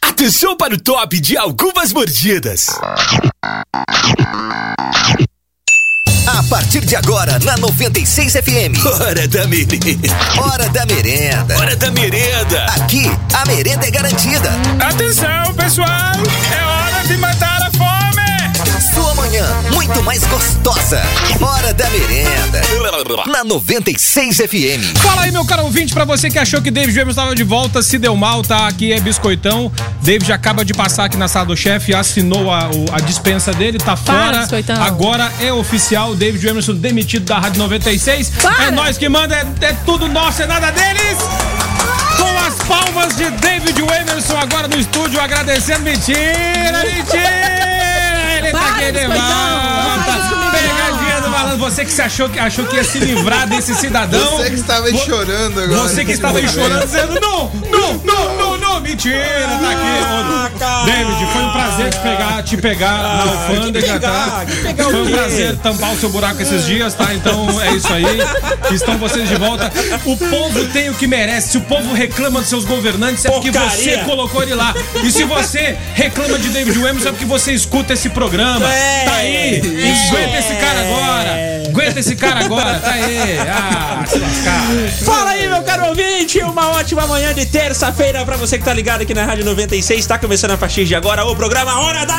atenção para o top de algumas mordidas. A partir de agora, na 96 FM. Hora da merenda. Hora da merenda. Hora da merenda. Aqui, a merenda é garantida. Atenção, pessoal! É hora de matar a fome! Sua manhã, muito mais gostosa. Hora da merenda. Na 96 FM. Fala aí, meu caro ouvinte, pra você que achou que David Gêmeos estava de volta, se deu mal, tá aqui, é biscoitão. David acaba de passar aqui na sala do chefe, assinou a, o- a dispensa dele, tá Para, fora. biscoitão. Agora é oficial, David Emerson demitido da Rádio 96. Para. É nós que manda, é, é tudo nosso, é nada deles. Com as palmas de David Emerson agora no estúdio, agradecendo. Mentira, mentira! Ele tá Para, aqui de biscoitão. Não faz isso volta. comigo, Pegadinha do malandro. Você que se achou que, achou que ia se livrar desse cidadão. Você que estava aí Então, Vo- chorando agora. Você que estava aí chorando, dizendo não, não, não, não, não, mentira, tá aqui. mano. David, foi um prazer te pegar, Ah, te pegar na alfândega, tá? Foi um prazer tampar o seu buraco esses dias, tá? Então é isso aí. Estão vocês de volta. O povo tem o que merece. Se o povo reclama dos seus governantes, é porque você colocou ele lá. E se você reclama de David Williams, é porque você escuta esse programa. Tá aí. Aguenta esse cara agora. Aguenta esse cara agora. Tá aí. Ah, se lascar. Fala aí, meu caro ouvinte! Uma ótima manhã de terça-feira pra você que tá ligado aqui na Rádio 96. Tá começando a partir de agora o programa Hora da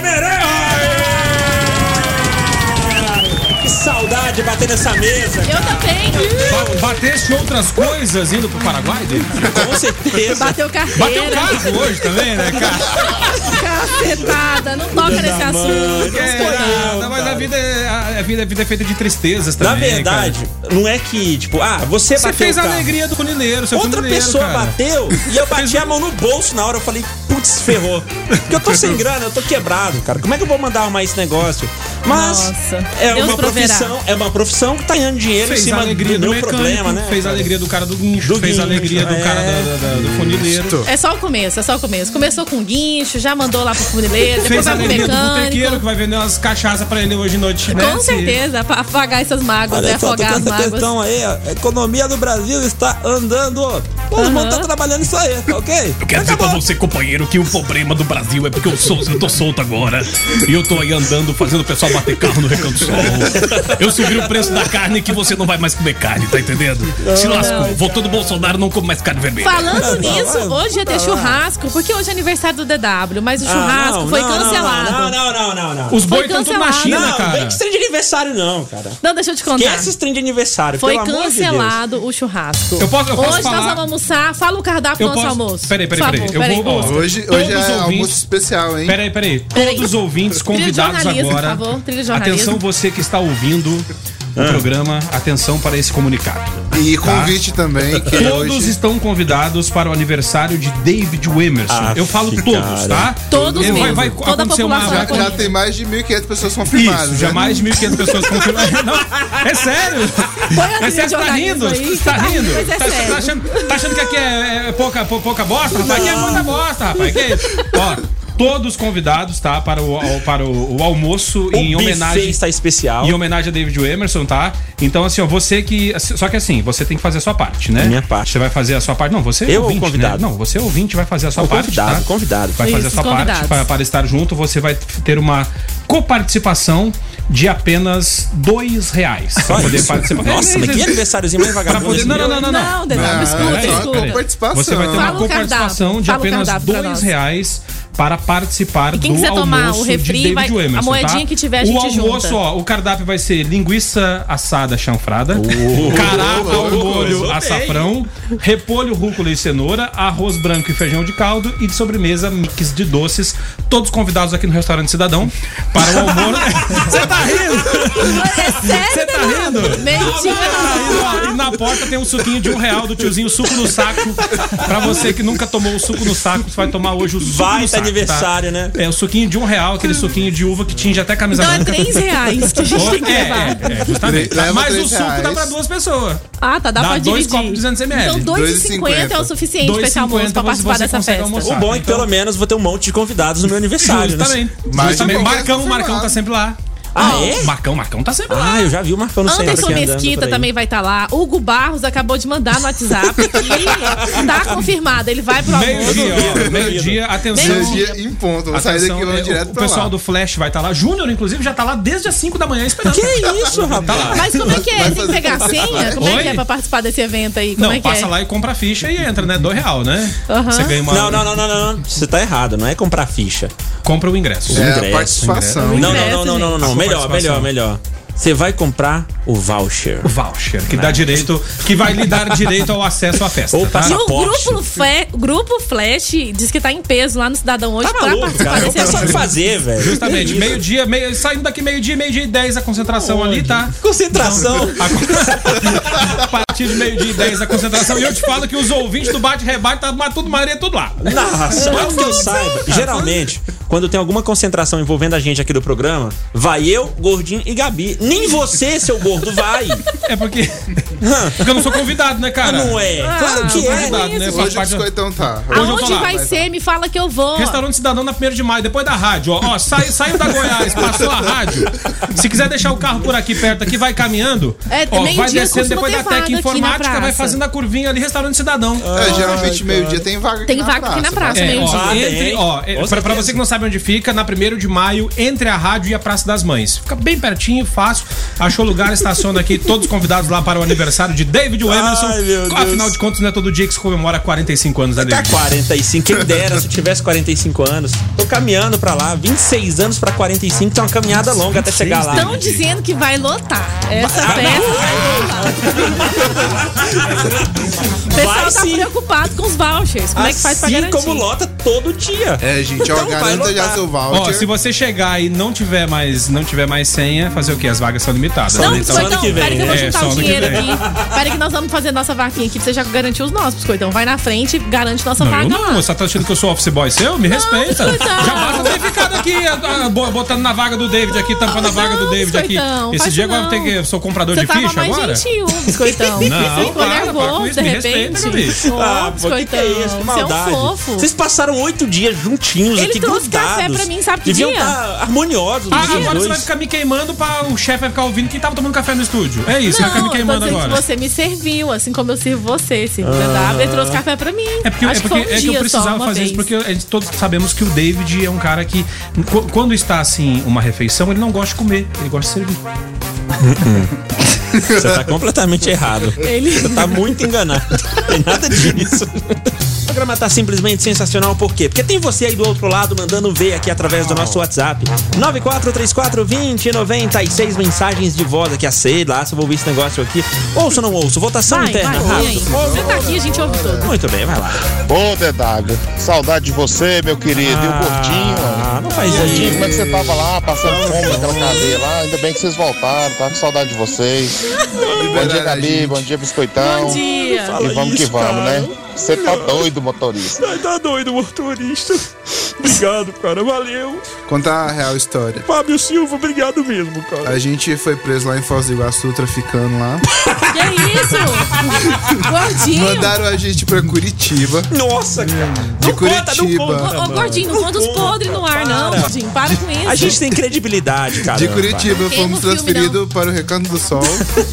Merenda! Que saudade bater nessa mesa! Eu também. Ba- Bateste outras coisas indo pro Paraguai, David? Com certeza! Bateu Bateu carteira. carro hoje também, né, cara? Cacetada. Não toca nesse assunto. É, nada, mas a vida, é, a, a vida, a vida é feita de tristezas Na também. né, verdade, cara. não é que, tipo, ah, você, Você bateu fez o a carro. alegria do mineiro, seu Outra mineiro, pessoa cara. bateu e eu bati a mão no bolso na hora. Eu falei, putz, ferrou. Porque eu tô sem grana, eu tô quebrado, cara. Como é que eu vou mandar arrumar esse negócio? Mas Nossa, é Deus uma proverá. profissão, é uma profissão que tá ganhando dinheiro Fez em a cima do alegria meu do, mecânico, problema, né? fez a alegria do cara do guincho, Do fez a guincho, alegria do é. cara da- da- da- do funileiro. É só o começo, é só o começo. Começou com guincho, já mandou lá pro funileiro, depois Fez a vai pro alegria do botequeiro mecânico. que vai vender umas cachaças pra ele hoje de noite, né? Com Se- certeza, pra apagar essas mágoas, né? Olha só, tô com afogar as essa mágoas. questão aí, ó. A economia do Brasil está andando. Todo mundo tá trabalhando isso aí, tá ok? Eu quero dizer pra você, companheiro, que o problema do Brasil é porque eu, sou, eu tô solto agora. E eu tô aí andando, fazendo o pessoal bater carro no recanto do sol. Eu subi o preço da carne que você não vai mais comer carne, tá entendendo? Se lascou. Voltou do Bolsonaro, não come mais carne vermelha. Falando nisso, hoje ia ter churrasco, porque hoje é aniversário do DW, mas o Ah, churrasco não, foi não, não, cancelado. Não, Não, não, não, não, não. Os bois Foi estão tudo na cancelado. China, Não, cara. vem que trem de aniversário, não, cara. deixa eu te contar. Esquece esse trem de aniversário, Foi pelo amor de Deus. cancelado o churrasco. Eu posso- eu posso Hoje nós falar? vamos almoçar. Fala o cardápio Eu do nosso posso- almoço. Peraí, peraí, Por peraí. favor, Eu peraí, vou- ó, música. Hoje, Todos hoje é os almoço ouvintes- especial, hein? Peraí, peraí. Peraí. Todos os ouvintes Trilha de convidados jornalismo, agora. por favor. Trilha de jornalismo. Atenção, você que está ouvindo o programa, atenção para esse comunicado. E convite também, que Tá. Todos hoje... estão convidados para o aniversário de David Emerson. Ah, Eu falo cara. todos, tá? Todos Ele mesmo. Vai, vai Toda a acontecer uma... população é vai- da Já tem mais de 1.500 pessoas confirmadas, né? né? Isso, já mais de 1.500 pessoas confirmaram. Não, é sério. Põe a É trilha sério, de você tá jornalismo rindo? aí. Você tá rindo? Mas é Tá- sério. Tá achando, tá achando que aqui é, é pouca, pou- pouca bosta, rapaz? Aqui é muita bosta, rapaz. Que isso? Ó, todos convidados, tá? Para o, ao- para o, o almoço O em buffet homenagem. está especial. Em homenagem a David Emerson, tá? Então, assim, ó, você que. Só que assim, você tem que fazer a sua parte, né? Minha parte. Você vai fazer a sua parte. Não, você é Eu ou ouvinte, convidado? né? Não, você é ouvinte vai fazer a sua O parte. convidado, tá? convidado. Vai fazer a Isso, sua convidados. parte para, para estar junto. Você vai ter uma coparticipação de apenas dois reais. Pra Só poder isso. participar. Nossa, É, mas é, que é, aniversáriozinho mais pra vagabundo. poder. esse Não, meu. não, não, não, não. Não, Dedão, Ah, escuta, é, escuta. peraí. Participação. Você vai ter Fala uma o coparticipação cardápio, de fala o apenas cardápio pra dois nós. reais para participar E quem do quiser tomar almoço o refri, de David vai- a Emerson, moedinha tá? que tiver, a O gente almoço, junta. ó, o cardápio vai ser linguiça assada chanfrada, cará ao molho açafrão, repolho, rúcula e cenoura, arroz branco e feijão de caldo e de sobremesa mix de doces. Todos convidados aqui no restaurante Cidadão para o almoço. Você tá rindo? É sério, Você tá Dedão? rindo? Mentira. Aí, ó, E na porta tem um suquinho de um real do tiozinho suco no saco. Pra você que nunca tomou o suco no saco, você vai tomar hoje o suco Vai no tá saco. aniversário, né? É, o suquinho de um real, aquele suquinho de uva que tinge até camisa Então é branca. três reais que a gente tem que É, levar. é, é, justamente. Leva Mas o três suco dá pra reais. duas pessoas. Ah, tá, dá, Dá pra dois dividir. copos de 200 ml. Então 2,50 é o 2,50. suficiente pra 2,50 esse almoço pra você participar dessa consegue festa. almoçar. O bom é que Então- pelo menos vou ter um monte de convidados no meu aniversário, né? Justamente. Mas Justamente. o Marcão Marcão, o Marcão confirmado. tá sempre lá. Ah, é? Marcão, Marcão tá sempre lá. Ah, eu já vi o Marcão no centro Anderson aqui andando por Mesquita aí. também vai estar lá. Hugo Barros acabou de mandar no WhatsApp que tá confirmado. Ele vai pro Meio-dia, almoço. ó. Meio-dia, atenção. Meio-dia. Meio-dia em ponto. Vou sair Atenção, daqui é, vou o- direto o pra pessoal lá. do Flash vai estar lá. Júnior, inclusive, já tá lá desde as 5 da manhã esperando. Que Tá isso, rapaz? Mas como é que é? Vai Tem que fazer pegar a senha? Como é que Oi? é pra participar desse evento aí? Como Não, é que passa é? lá e compra a ficha e entra, né? Dois real, né? Aham. Você ganha uma. Não, não, não, não, não, não. Você tá errado. Não é comprar ficha. Compra o ingresso. É, ingresso, a participação. ingresso. Não, Ingresso, não, não, não, não, não. gente. Melhor, melhor, melhor. Você vai comprar o voucher. O voucher, que dá direito, que vai lhe dar direito ao acesso à festa. Ou tá? E o Passaporte. grupo, Fle- grupo Flash diz que tá em peso lá no Cidadão hoje Tá pra maluco, participar cara. Eu desse não sabe evento. fazer, velho. Justamente, meio-dia, meio, saindo daqui meio-dia, meio-dia e 10 a concentração ali, tá? Concentração. A partir de meio-dia e 10 a concentração. E eu te falo que os ouvintes do bate-rebate tá mas tudo Maria, tudo lá. Nossa, não que eu saiba. Geralmente, quando tem alguma concentração envolvendo a gente aqui do programa, vai eu, Gordinho e Gabi. Nem você, seu gordo, vai. É porque. Porque eu não sou convidado, né, Ah, cara? Não é? Claro que é. Convidado, né? Faz Hoje o parte Ah, da- biscoitão tá. Hoje eu tô Aonde lá, vai vai ser? Me fala que eu vou. Restaurante Cidadão na 1 de maio, depois da rádio, ó. ó sai, saiu da Goiás, passou a rádio. Se quiser deixar o carro por aqui perto, aqui vai caminhando. É, ó, meio-dia vai descendo costuma depois ter da Tec vaga aqui na Informática, vai praça. fazendo a curvinha ali, restaurante Cidadão. É, geralmente meio-dia tem vaga aqui Tem na vaga praça. né? aqui na praça, É, meio-dia. ó, Ah, entre, tem. ó, é, Com pra, pra certeza. você que não sabe onde fica, na 1 de maio, entre a rádio e a Praça das Mães. Fica bem pertinho, fácil. Achou lugar, estaciona aqui, todos convidados lá para o aniversário de David Emerson. Ai, meu Deus. Afinal de contas, não é todo dia que se comemora 45 anos da Tá David. 45, quem dera se eu tivesse 45 anos. Tô caminhando pra lá, 26 anos pra 45, tem uma caminhada longa até chegar lá. Estão dizendo que vai lotar. Essa festa vai lotar. O pessoal Vai tá sim. preocupado com os vouchers. Como é que faz pra Assim garantir? como lota todo dia. É, gente, Então ó, vai garanta já lotar. seu Ó, voucher. se você chegar e não tiver mais, não tiver mais senha, fazer o quê? As vagas são limitadas. Não, né? só biscoitão, ano que vem, pera que eu vou né? É, juntar só o ano que dinheiro vem. aqui. Pera que nós vamos fazer nossa vaquinha aqui pra você já garantir os nossos, biscoitão. Vai na frente, garante nossa Não, vaga eu não, lá. você tá achando que eu sou office boy seu? Me respeita. biscoitão. Já basta ter ficado aqui ah, ah, bo- botando na vaga do David aqui, tampando a vaga do Ah, Não, David aqui. biscoitão, Esse faz dia isso agora eu vou ter não. que. Eu sou comprador Você de tava ficha mais agora? gentil, biscoitão. você ficou para, para com nervoso, isso, de me repente. respeita, Gabi. Ô, pô, que que biscoitão, é isso? Que você é um maldade. fofo. Vocês passaram oito dias juntinhos Ele aqui trouxe grudados. café pra mim, sabe que Deviam dia? tá harmoniosos Ah, os agora você dois. vai ficar me queimando pra o chefe vai ficar ouvindo quem tava tomando café no estúdio. É isso, vai ficar Não, me eu tô queimando dizendo agora. que você me serviu, assim como eu sirvo você, Silvia W. Ele trouxe café pra mim. É porque, Acho é porque- que foi um é que dia eu só, precisava uma fazer vez. isso, porque a gente- todos sabemos que o David é um cara que, qu- quando está assim, uma refeição, ele não gosta de comer, ele gosta de servir. Você tá completamente errado. Você tá muito enganado. Não tem nada disso. O programa tá simplesmente sensacional, por quê? Porque tem você aí do outro lado mandando ver aqui através do nosso WhatsApp. 94342096 mensagens de voz aqui a sei lá, se eu vou ouvir esse negócio aqui. Ouço ou não ouço? Votação Vai, vai, interna, vai aí. rápido. Você tá aqui, a gente ouve tudo. Muito bem, vai lá. Ô, Dedaga, saudade de você, meu querido. e o gordinho, ó. Ah, não faz Gordinho, isso. como é que você tava lá, passando fome naquela cadeia lá? Ainda bem que vocês voltaram, tava com saudade de vocês. Bom dia, Liberaram a Gabi, gente. bom dia, Biscoitão. Bom dia. E vamos que Isso, vamos, cara. né? Você tá doido, motorista. Ai, Tá doido, motorista. Obrigado, cara. Valeu. Contar a real história. Fábio Silva, obrigado mesmo, cara. A gente foi preso lá em Foz do Iguaçu, traficando lá. Que isso? Gordinho. Mandaram a gente pra Curitiba. Nossa, cara. De não conta, não Curitiba. conta. Ô, ô, Gordinho, não conta os podres no ar, não, Para. Gordinho. Para com isso. A gente tem credibilidade, cara. De Curitiba Queima o filme, fomos transferidos para o Recanto do Sol.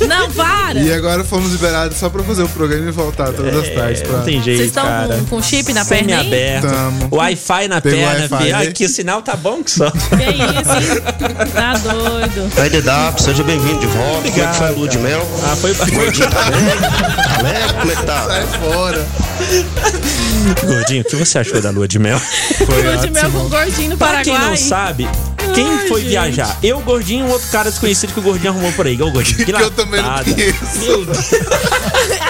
Não, para. é- e agora fomos liberados só pra fazer o programa e voltar todas as tardes pra. Não É, tem jeito, Vocês estão cara. com, com chip na Semi perna aí? aberto. Tamo. Wi-Fi na Tem perna, Wi-Fi, filho. né? Aqui o sinal tá bom que só. Que é isso, hein? Tá doido. Aí, Dedap, seja bem-vindo de volta. Como é Obrigado, que foi a lua de mel? Ah, foi Alegre, como é que tá? Sai fora. Gordinho, o que você achou da lua de mel? Lua de mel com gordinho no Pra quem não Paraguai. sabe, quem Ai, foi gente. viajar? Eu, o Gordinho, um outro cara desconhecido que o Gordinho arrumou por aí. Ô, Gordinho, que Que eu também não latada. conheço. Meu Deus.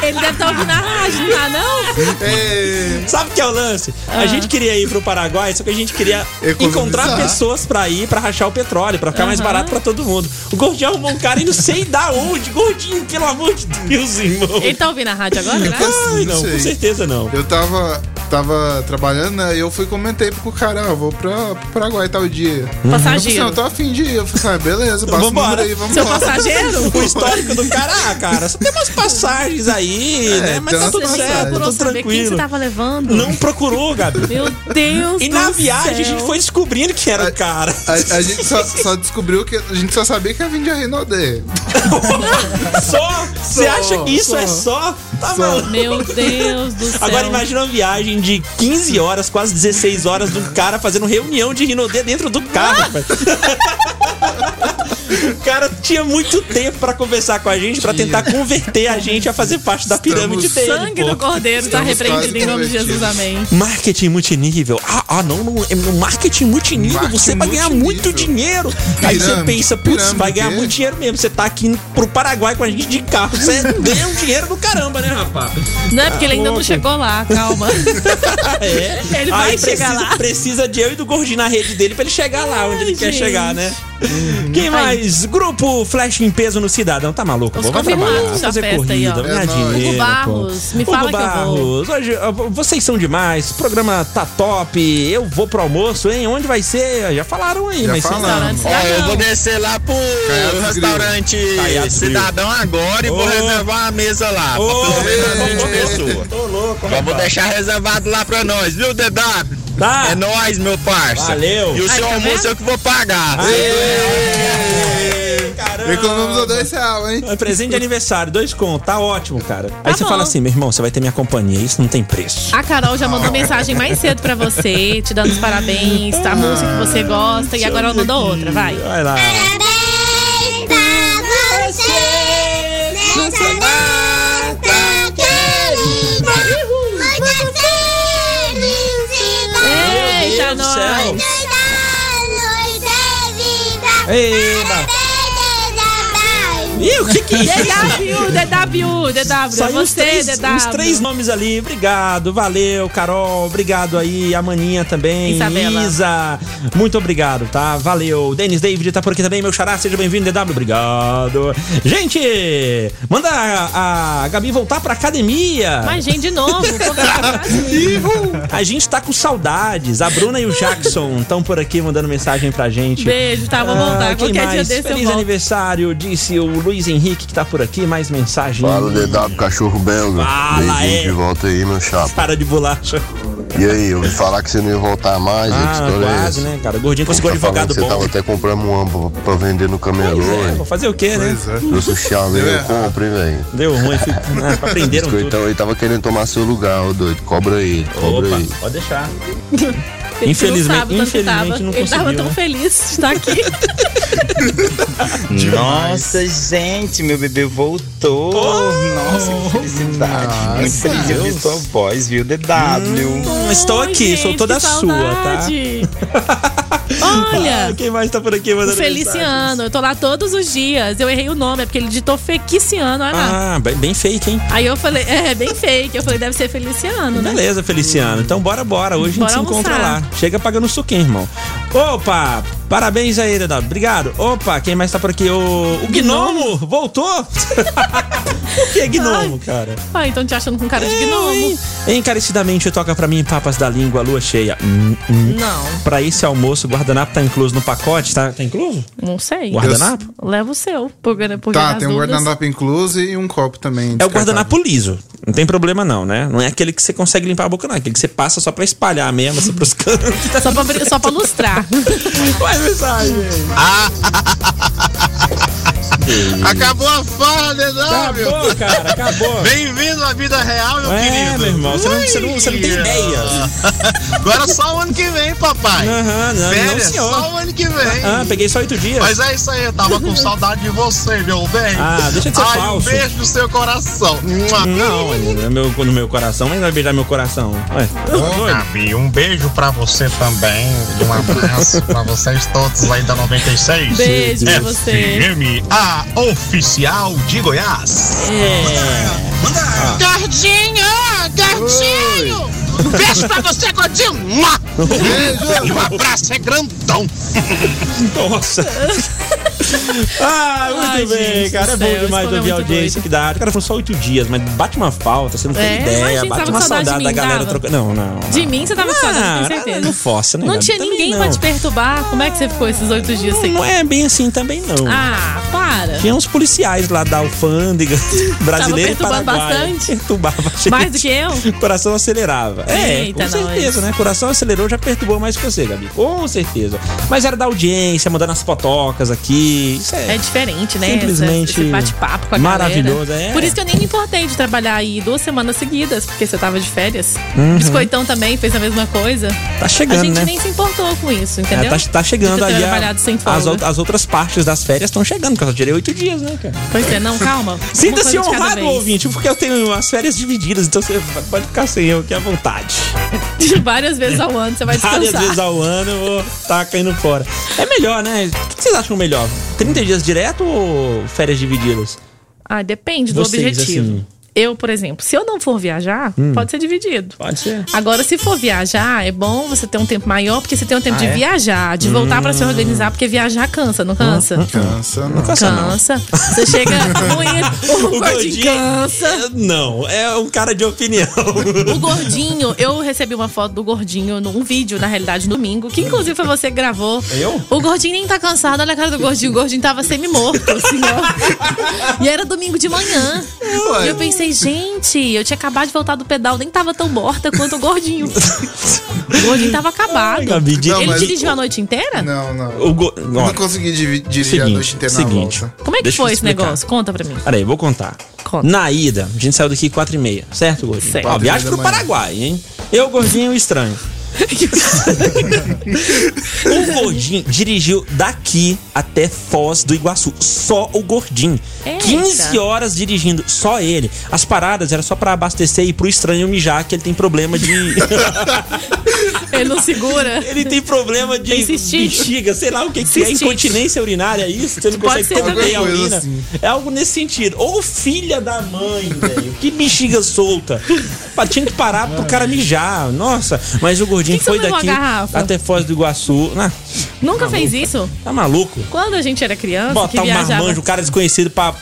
Ele deve estar ouvindo a rádio, não tá, não? É, Sabe o que é o lance? A Ah. gente queria ir pro Paraguai, só que a gente queria Economizar. encontrar pessoas pra ir pra rachar o petróleo, pra ficar mais barato pra todo mundo. O gordinho arrumou um cara e não sei da onde. Gordinho, pelo amor de Deus, irmão. Ele tá ouvindo a rádio agora, né? assim, Ai, não, com sei. certeza não. Eu tava tava trabalhando, né? E eu fui e comentei pro cara, ó, vou pra, pro Paraguai tal dia. Ele falou assim, Passageiro. eu tô afim de ir. Eu falei, ah, beleza, passa o Vambora. número aí, vamos Seu lá. passageiro? O histórico do cara, ah, cara, só tem umas passagens aí, né? Mas É, tá tem umas tudo Você nem certo, procurou tô saber quem você tranquilo. tava levando. Não procurou, Gabi. Meu Deus E do na viagem a gente céu. foi descobrindo que era o cara. A, a gente só, só descobriu que a gente só sabia que ia vir de Renaudê. Só? Você acha que isso é só? Tá maluco. Meu Deus do céu. Agora imagina uma viagem de 15 horas, quase 16 horas, de um cara fazendo reunião de Rinodê dentro do Ah! carro. rapaz. O cara tinha muito tempo pra conversar com a gente, pra tentar converter a gente a fazer parte da pirâmide O dele. sangue do cordeiro tá Estamos repreendido quase em nome de convertidos. Jesus, amém. Marketing multinível. Ah, ah não, não, é no marketing multinível Marketing você vai ganhar multinível. muito dinheiro. Aí você Pirâmide, pensa, putz, pirâmide é. vai ganhar quê? muito dinheiro mesmo. Você tá aqui pro Paraguai com a gente de carro. Você ganha um dinheiro do caramba, né, rapaz? Não é porque ele ainda não louco. chegou lá, calma. É. Ele vai Aí chegar precisa, lá. precisa de eu e do gordinho na rede dele pra ele chegar lá onde ele quer gente. Hum. chegar, né? Quem mais? Grupo Flash em Peso no Cidadão. Tá maluco? Os Pô, vai confirmados trabalhar, da fazer festa corrida, aí, ó. vai ganhar É nóis. dinheiro. Hugo pô. Barros, me Hugo fala que eu vou. Barros, hoje ó, vocês são demais. O programa tá top. Eu vou pro almoço, hein? Onde vai ser? Já falaram aí, Já mas vocês- falamos. Restaurante Ó, eu vou Cidadão. descer lá pro Grill. restaurante Caiados Cidadão agora e Ô. vou reservar uma mesa lá. Ô, pra pelo menos uma ei. pessoa. Tô louco, Mas vou rapaz. deixar reservado lá pra nós, viu, DW? Tá. É nóis, meu parça. Valeu. E o Aí, seu tá almoço vendo? eu que vou pagar. Aê, caramba. Economizou dois reais, hein? É presente de aniversário, dois contos, tá ótimo, cara. Aí Tá você bom. fala assim, meu irmão, você vai ter minha companhia, isso não tem preço. A Carol já mandou mensagem mais cedo pra você, te dando os parabéns, tá? A música que você gosta. E agora ela mandou outra, vai. Vai lá. Parabéns pra você nessa data querida. Muita felicidade, Eita, nós! muita vida. Eba. Parabéns, Ih, o que que é isso? DW, DW, DW, é Saiu uns você, três, DW. uns três nomes ali. Obrigado, valeu, Carol. Obrigado aí, a Maninha também. Isabela. Isa, muito obrigado, tá? Valeu. Denis David tá por aqui também, meu xará. Seja bem-vindo, DW. Obrigado. Gente, manda a, a Gabi voltar pra academia. Mas, gente, de novo. pô, tá A gente tá com saudades. A Bruna e o Jackson estão por aqui mandando mensagem pra gente. Beijo, tá? Vou Ah, voltar. quem Qualquer dia mais? desse eu Feliz volto. aniversário, disse o Luiz Henrique que tá por aqui. Mais mensagem. DW Cachorro Belga. Fala, Bem-vindo é. de volta aí, meu chapa. Para de bolacha. E aí, eu ouvi falar que você não ia voltar mais, é Ah, quase, né, cara? O Gordinho Tá conseguiu um advogado bom. até comprando um ambo pra vender no camelô, É, vou fazer o quê, né? Pois é. Trouxe o chaleiro, eu compro, hein, velho. Deu ruim, fui... ah, aprenderam tudo. Biscoitão aí tava querendo tomar seu lugar, ô doido. Cobra ele, cobra Opa, ele. pode deixar. Ele Infelizmente- não sabe tanto que tava. infelizmente não Ele tava conseguiu, tão né? feliz de estar aqui. Nossa, gente, meu bebê voltou. Nossa, que felicidade. Muito feliz de ouvir sua voz, viu, DW? Estou Ai, aqui, sou gente, toda que sua, tá? saudade. Ah, Olha, Quem mais tá por aqui o mandando mensagem? Feliciano. Eu tô lá todos os dias. Eu errei o nome, é porque ele ditou Fequiciano, olha lá. Ah, bem, bem fake, hein? Aí eu falei, é, bem fake. Eu falei, deve ser Feliciano, né? Beleza, Feliciano. Então bora, bora. Hoje a gente Bora se encontra almoçar. lá. Chega pagando suquinho, irmão. Opa! Parabéns aí, Dedá. Obrigado. Opa, quem mais tá por aqui? O, o Gnomo voltou? Por que é Gnomo, cara? Ah, então te achando com cara de Eu, gnomo. hein? Encarecidamente toca pra mim Papas da Língua, Lua Cheia. Hum, hum. Não, Pra esse almoço, o guardanapo tá incluso no pacote, tá? Tá incluso? não sei. Guardanapo? Leva o seu, por, por Tá, as tem um dúvidas. guardanapo incluso e um copo também. É o guardanapo liso. Não tem problema não, né? Não é aquele que você consegue limpar a boca, não. É aquele que você passa só pra espalhar mesmo, assim, pros cantos. Só pra, br- só pra lustrar. Vai, mensagem. Acabou a fala, DW! Acabou, cara, acabou. Bem-vindo à vida real, meu É, querido. meu irmão, você não, você não, você não tem Ui. ideia. Agora só o ano que vem, papai. Aham, não, não, Férias, só senhor. o ano que vem. Ah, peguei só oito dias. Mas é isso aí, eu tava com saudade de você, meu bem. Ah, deixa de ser Ai, falso. um beijo no seu coração. Mua. ah, Não, é meu, no meu coração, mas vai beijar meu coração. Ué, tá Ô, doido? Gabi, um beijo pra você também. E um abraço pra vocês todos aí da 96. Beijo pra você. FM, a oficial de Goiás. É. Gordinho, gordinho. Beijo pra você, gordinho. Um E o abraço é grandão. Nossa. Ah, muito Ai, bem, gente do cara. É céu, bom esse demais povo é ouvir a muito audiência que dá. O cara falou só oito dias, mas bate uma falta, você não tem É, ideia. imagina, bate tava uma com saudade saudade de da mim, galera tava. trocando. Não, não. De mim você tava com saudade, eu tenho certeza. Ah, Não força, né? Não cara? tinha Também ninguém não. pra te perturbar? Como é que você ficou esses oito dias sem? Não é bem assim também, não. Ah, para. Tinha uns policiais lá da alfândega brasileira e perturbando paraguaia. bastante? Perturbava a Mais gente. do que eu? O coração acelerava. É, Eita, com certeza, nós. né? O coração acelerou, já perturbou mais que você, Gabi. Com certeza. Mas era da audiência, mandando as fotocas aqui. Isso é, É diferente, né? Simplesmente Essa- Esse bate-papo com a maravilhoso, galera. é. Por isso que eu nem me importei de trabalhar aí duas semanas seguidas, porque você tava de férias. Uhum. Biscoitão também fez a mesma coisa. Tá chegando, A gente né? nem se importou com isso, É, entendeu? tá, tá De chegando ter aí. a- trabalhado sem folga. as, ou- as outras partes das férias estão chegando, porque eu só tirei oito dias, né, cara? Pois é, não, calma. Uma Sinta-se coisa de cada honrado, vez. ouvinte, porque eu tenho as férias divididas, então você pode ficar sem eu aqui à vontade. Várias vezes ao ano você vai descansar. Várias vezes ao ano eu vou tá caindo fora. É melhor, né? O que vocês acham melhor? 30 dias direto ou férias divididas? Ah, depende do Vocês, objetivo. assim. Eu, por exemplo, se eu não for viajar, Hum. pode ser dividido. Pode ser. Agora, se for viajar, é bom você ter um tempo maior, porque você tem um tempo Ah, de é? Hum. viajar, de voltar pra se organizar, porque viajar cansa, não cansa? Cansa, não. Cansa, não. Cansa. Você chega ruim, o, O gordinho gordinho- cansa. Não, é um cara de opinião. O gordinho, eu recebi uma foto do gordinho num vídeo, na realidade, domingo, que inclusive foi você que gravou. Eu? O gordinho nem tá cansado, olha a cara do gordinho. O gordinho tava semi-morto, assim, ó. E era domingo de manhã. Ué. E eu pensei, gente, eu tinha acabado de voltar do pedal, nem tava tão morta quanto o gordinho. O gordinho tava acabado. Ai, Gabi, de- Não, Ele mas- dirigiu a noite inteira? Não, não. O go... Eu Ó, não consegui divi- dirigir a Seguinte, noite inteira seguinte. na volta. Como é que Deixa eu foi esse explicar. negócio? Conta pra mim. Peraí, vou contar. Conta. Na ida, a gente saiu daqui 4 e meia, certo, Gordinho? Certo. Ó, Quatro e viagem meia pro da manhã. Paraguai, hein? Eu, Gordinho e o Estranho. o Gordinho dirigiu daqui até Foz do Iguaçu. Só o Gordinho. Eita. 15 horas dirigindo, só ele. As paradas era só pra abastecer e pro Estranho mijar, que ele tem problema de... Ele não segura. ele tem problema de Tem cistite. bexiga, sei lá o que, que é. Cistite. Incontinência urinária, é isso? Você não Pode consegue ser comer também. a Alguma urina. coisa assim. É algo nesse sentido. Ou filha da mãe, velho. Que bexiga solta. Pá, Tinha que parar pro cara mijar. Nossa, mas o gordinho Quem foi tomou daqui uma garrafa? até Foz do Iguaçu. Ah, Nunca fez isso? tá maluco? Quando a gente era criança, que Botar um viajava. marmanjo, um cara desconhecido pra.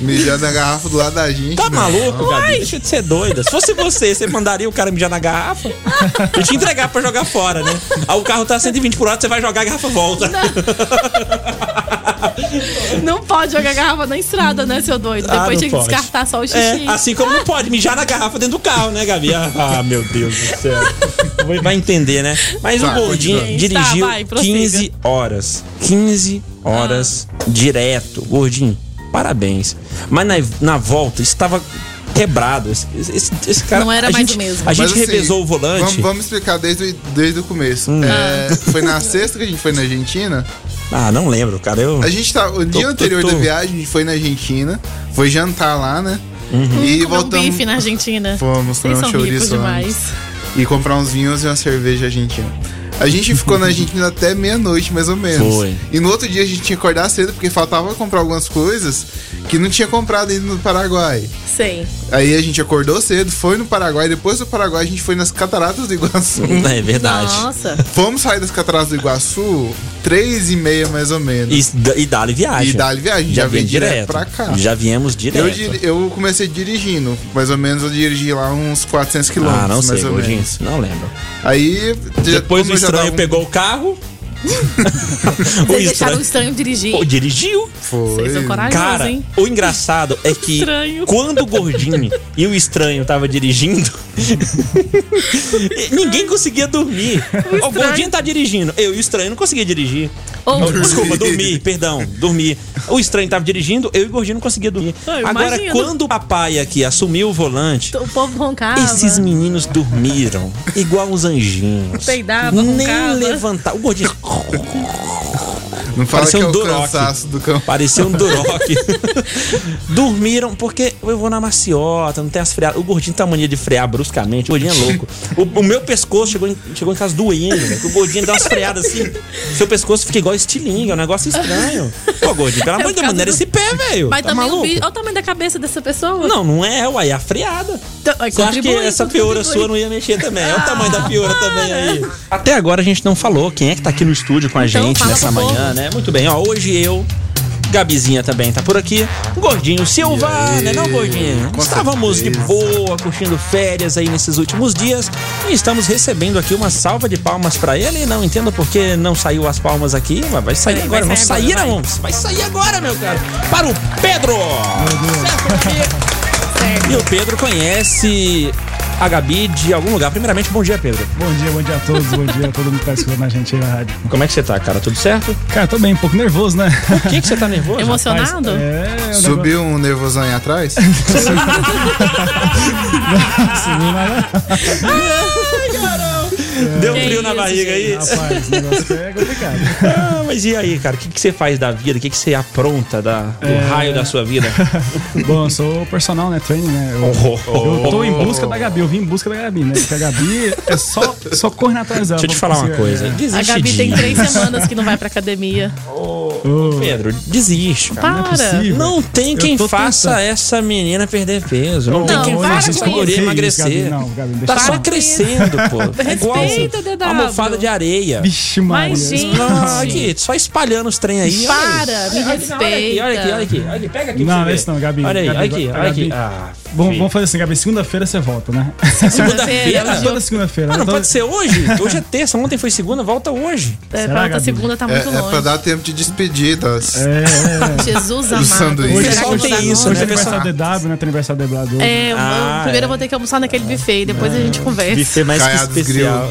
Mijando na garrafa do lado da gente. Tá né? maluco, Uai. Gabi? Deixa de ser doida. Se fosse você, você mandaria o cara mijar na garrafa? Eu te entregar pra jogar fora, né? Aí o carro tá 120 por hora, você vai jogar, a garrafa volta. Não pode jogar garrafa na estrada, né, seu doido? Ah, Depois não tinha que pode. descartar só o xixi. É, assim como não pode mijar na garrafa dentro do carro, né, Gabi? Ah, meu Deus do céu. Vai- Vai entender, né? Mas Tá, o Gordinho continua. dirigiu Tá, vai, prossiga. Ah. 15 horas. 15 horas direto. Gordinho, parabéns. Mas na, na volta, estava quebrado. Esse, esse, esse cara. Não era a mais gente- o mesmo. A gente Mas, assim, revezou o volante. Hum. Vamos, vamos explicar desde, o- desde o começo. É, Ah. foi na sexta que a gente foi na Argentina. Ah, não lembro, cara. Eu... A gente tá. O dia tô- anterior tô- da viagem, a gente foi na Argentina. Foi jantar lá, né? Uhum. Hum, E comer um voltamos. bife na Argentina. Fomos comer Vocês um são ricos chouriço lá. demais. E comprar uns vinhos e uma cerveja argentina. A gente ficou na Argentina até meia-noite, mais ou menos. Foi. E no outro dia a gente tinha que acordar cedo, porque faltava comprar algumas coisas que não tinha comprado ainda no Paraguai. Sei. Aí a gente acordou cedo, foi no Paraguai, depois do Paraguai a gente foi nas Cataratas do Iguaçu. É verdade. Nossa. Vamos sair das Cataratas do Iguaçu, três e meia mais ou menos. E, e dá-lhe viagem. E dá-lhe viagem, já vem veio direto pra cá. Já viemos direto. Eu, dir- eu comecei dirigindo, mais ou menos eu dirigi lá uns 400 quilômetros, ah, não mais sei, ou Gordinho. menos. Não lembro. Aí... já- Depois o como eu já estranho dava um- pegou o carro. Vocês deixaram o estranho dirigir. Pô, dirigiu? Vocês são corajosos, Cara, hein? o engraçado é que Estranho. quando o gordinho e o estranho tava dirigindo, ninguém conseguia dormir. O, gordinho tá dirigindo, eu e o estranho não conseguia dirigir. Ou- Oh, Desculpa, dormir, perdão, dormir. O estranho tava dirigindo, eu e o gordinho não conseguia dormir. Ah, eu Agora, imagino. quando o papai aqui assumiu o volante, O povo roncava. esses meninos dormiram igual uns anjinhos. Peidava, Nem roncava. levantar. O gordinho. Não fala que Parecia é um o Duroc. cansaço do campo. Parecia um Duroc. Dormiram, porque eu vou na maciota, não tem as freadas. O gordinho tem a mania de frear bruscamente, o gordinho é louco. O, o meu pescoço chegou em, chegou em casa doendo, velho, que o gordinho dá umas freadas assim. Seu pescoço fica igual estilingue, é um negócio estranho. Pô, gordinho, É pelo amor de Deus, maneira esse pé, velho. Mas Tá também o maluco? bicho. Olha o tamanho da cabeça dessa pessoa. Não, não é, uai, é a freada. Então, é, Você acha que contribui, essa contribui. piora sua não ia mexer também? Olha o Ah, tamanho da piora também aí. Até agora a gente não falou quem é que tá aqui no estúdio com a Então gente fala nessa pro manhã, povo. né? Muito bem, ó, hoje eu. Gabizinha também tá por aqui. Gordinho Silva, né? Não, Gordinho? com Estávamos de boa, curtindo férias aí nesses últimos dias. E estamos recebendo aqui uma salva de palmas pra ele. Não entendo por que não saiu as palmas aqui, mas vai sair agora. Vão sair, agora, não. Vai sair agora, meu cara. Para o Pedro! E o Pedro conhece a Gabi de algum lugar. Primeiramente, bom dia, Pedro. Bom dia, bom dia a todos, bom dia a todo mundo que tá escutando a gente aí na rádio. Como é que você tá, cara? Tudo certo? Cara, tô bem, um pouco nervoso, né? Por que, que você tá nervoso? Emocionado? É. É, Subiu um nervosão aí atrás? Tá Deu um Que frio na isso, barriga aí. gente. Rapaz, o negócio é complicado. Ah, mas e aí, cara? O que, que você faz da vida? O que, que você apronta da, do É. raio da sua vida? Bom, eu sou personal, né? Training, né? Eu, Oh. eu tô em busca da Gabi, eu vim em busca da Gabi, né? Porque a Gabi é só, só correr atrás dela. Deixa eu te falar uma coisa. A Gabi tem três semanas que não vai pra academia. Pedro, desiste. cara. Para. Não é possível. Não tem Eu quem tô faça tentando. essa menina perder peso. Não, Não, tem quem não faça existe essa isso. mulher Que isso, emagrecer. Gabi, não, Gabi, deixa tá eu só falar. crescendo, pô. É igual Respeita, DW. almofada de areia. Vixe, Maria. Mas, gente. Não, aqui, só espalhando os trem aí. Para, me Olha aqui, respeita. Olha aqui, olha aqui, olha aqui. Pega aqui pra Não, você não é isso ver. não, Gabi. Olha aí, Gabi, olha aqui, Gabi. olha aqui. Ah, Bom, vamos fazer assim, Gabi. Segunda-feira você volta, né? Segunda-feira? Toda segunda-feira. né? Ah, não Toda- pode ser hoje? Hoje é terça, ontem foi segunda, volta hoje. É, pra outra segunda tá É, muito é pra longe. É. dar tempo de despedir das. Jesus Do amado. sanduíche. Será que tá eu vou dar Hoje nota? é aniversário da DW, né? Tem aniversário da DW. hoje. É, eu vou- primeiro eu vou ter que almoçar naquele buffet, depois a gente conversa. Ah, Buffet mais Caiados que especial.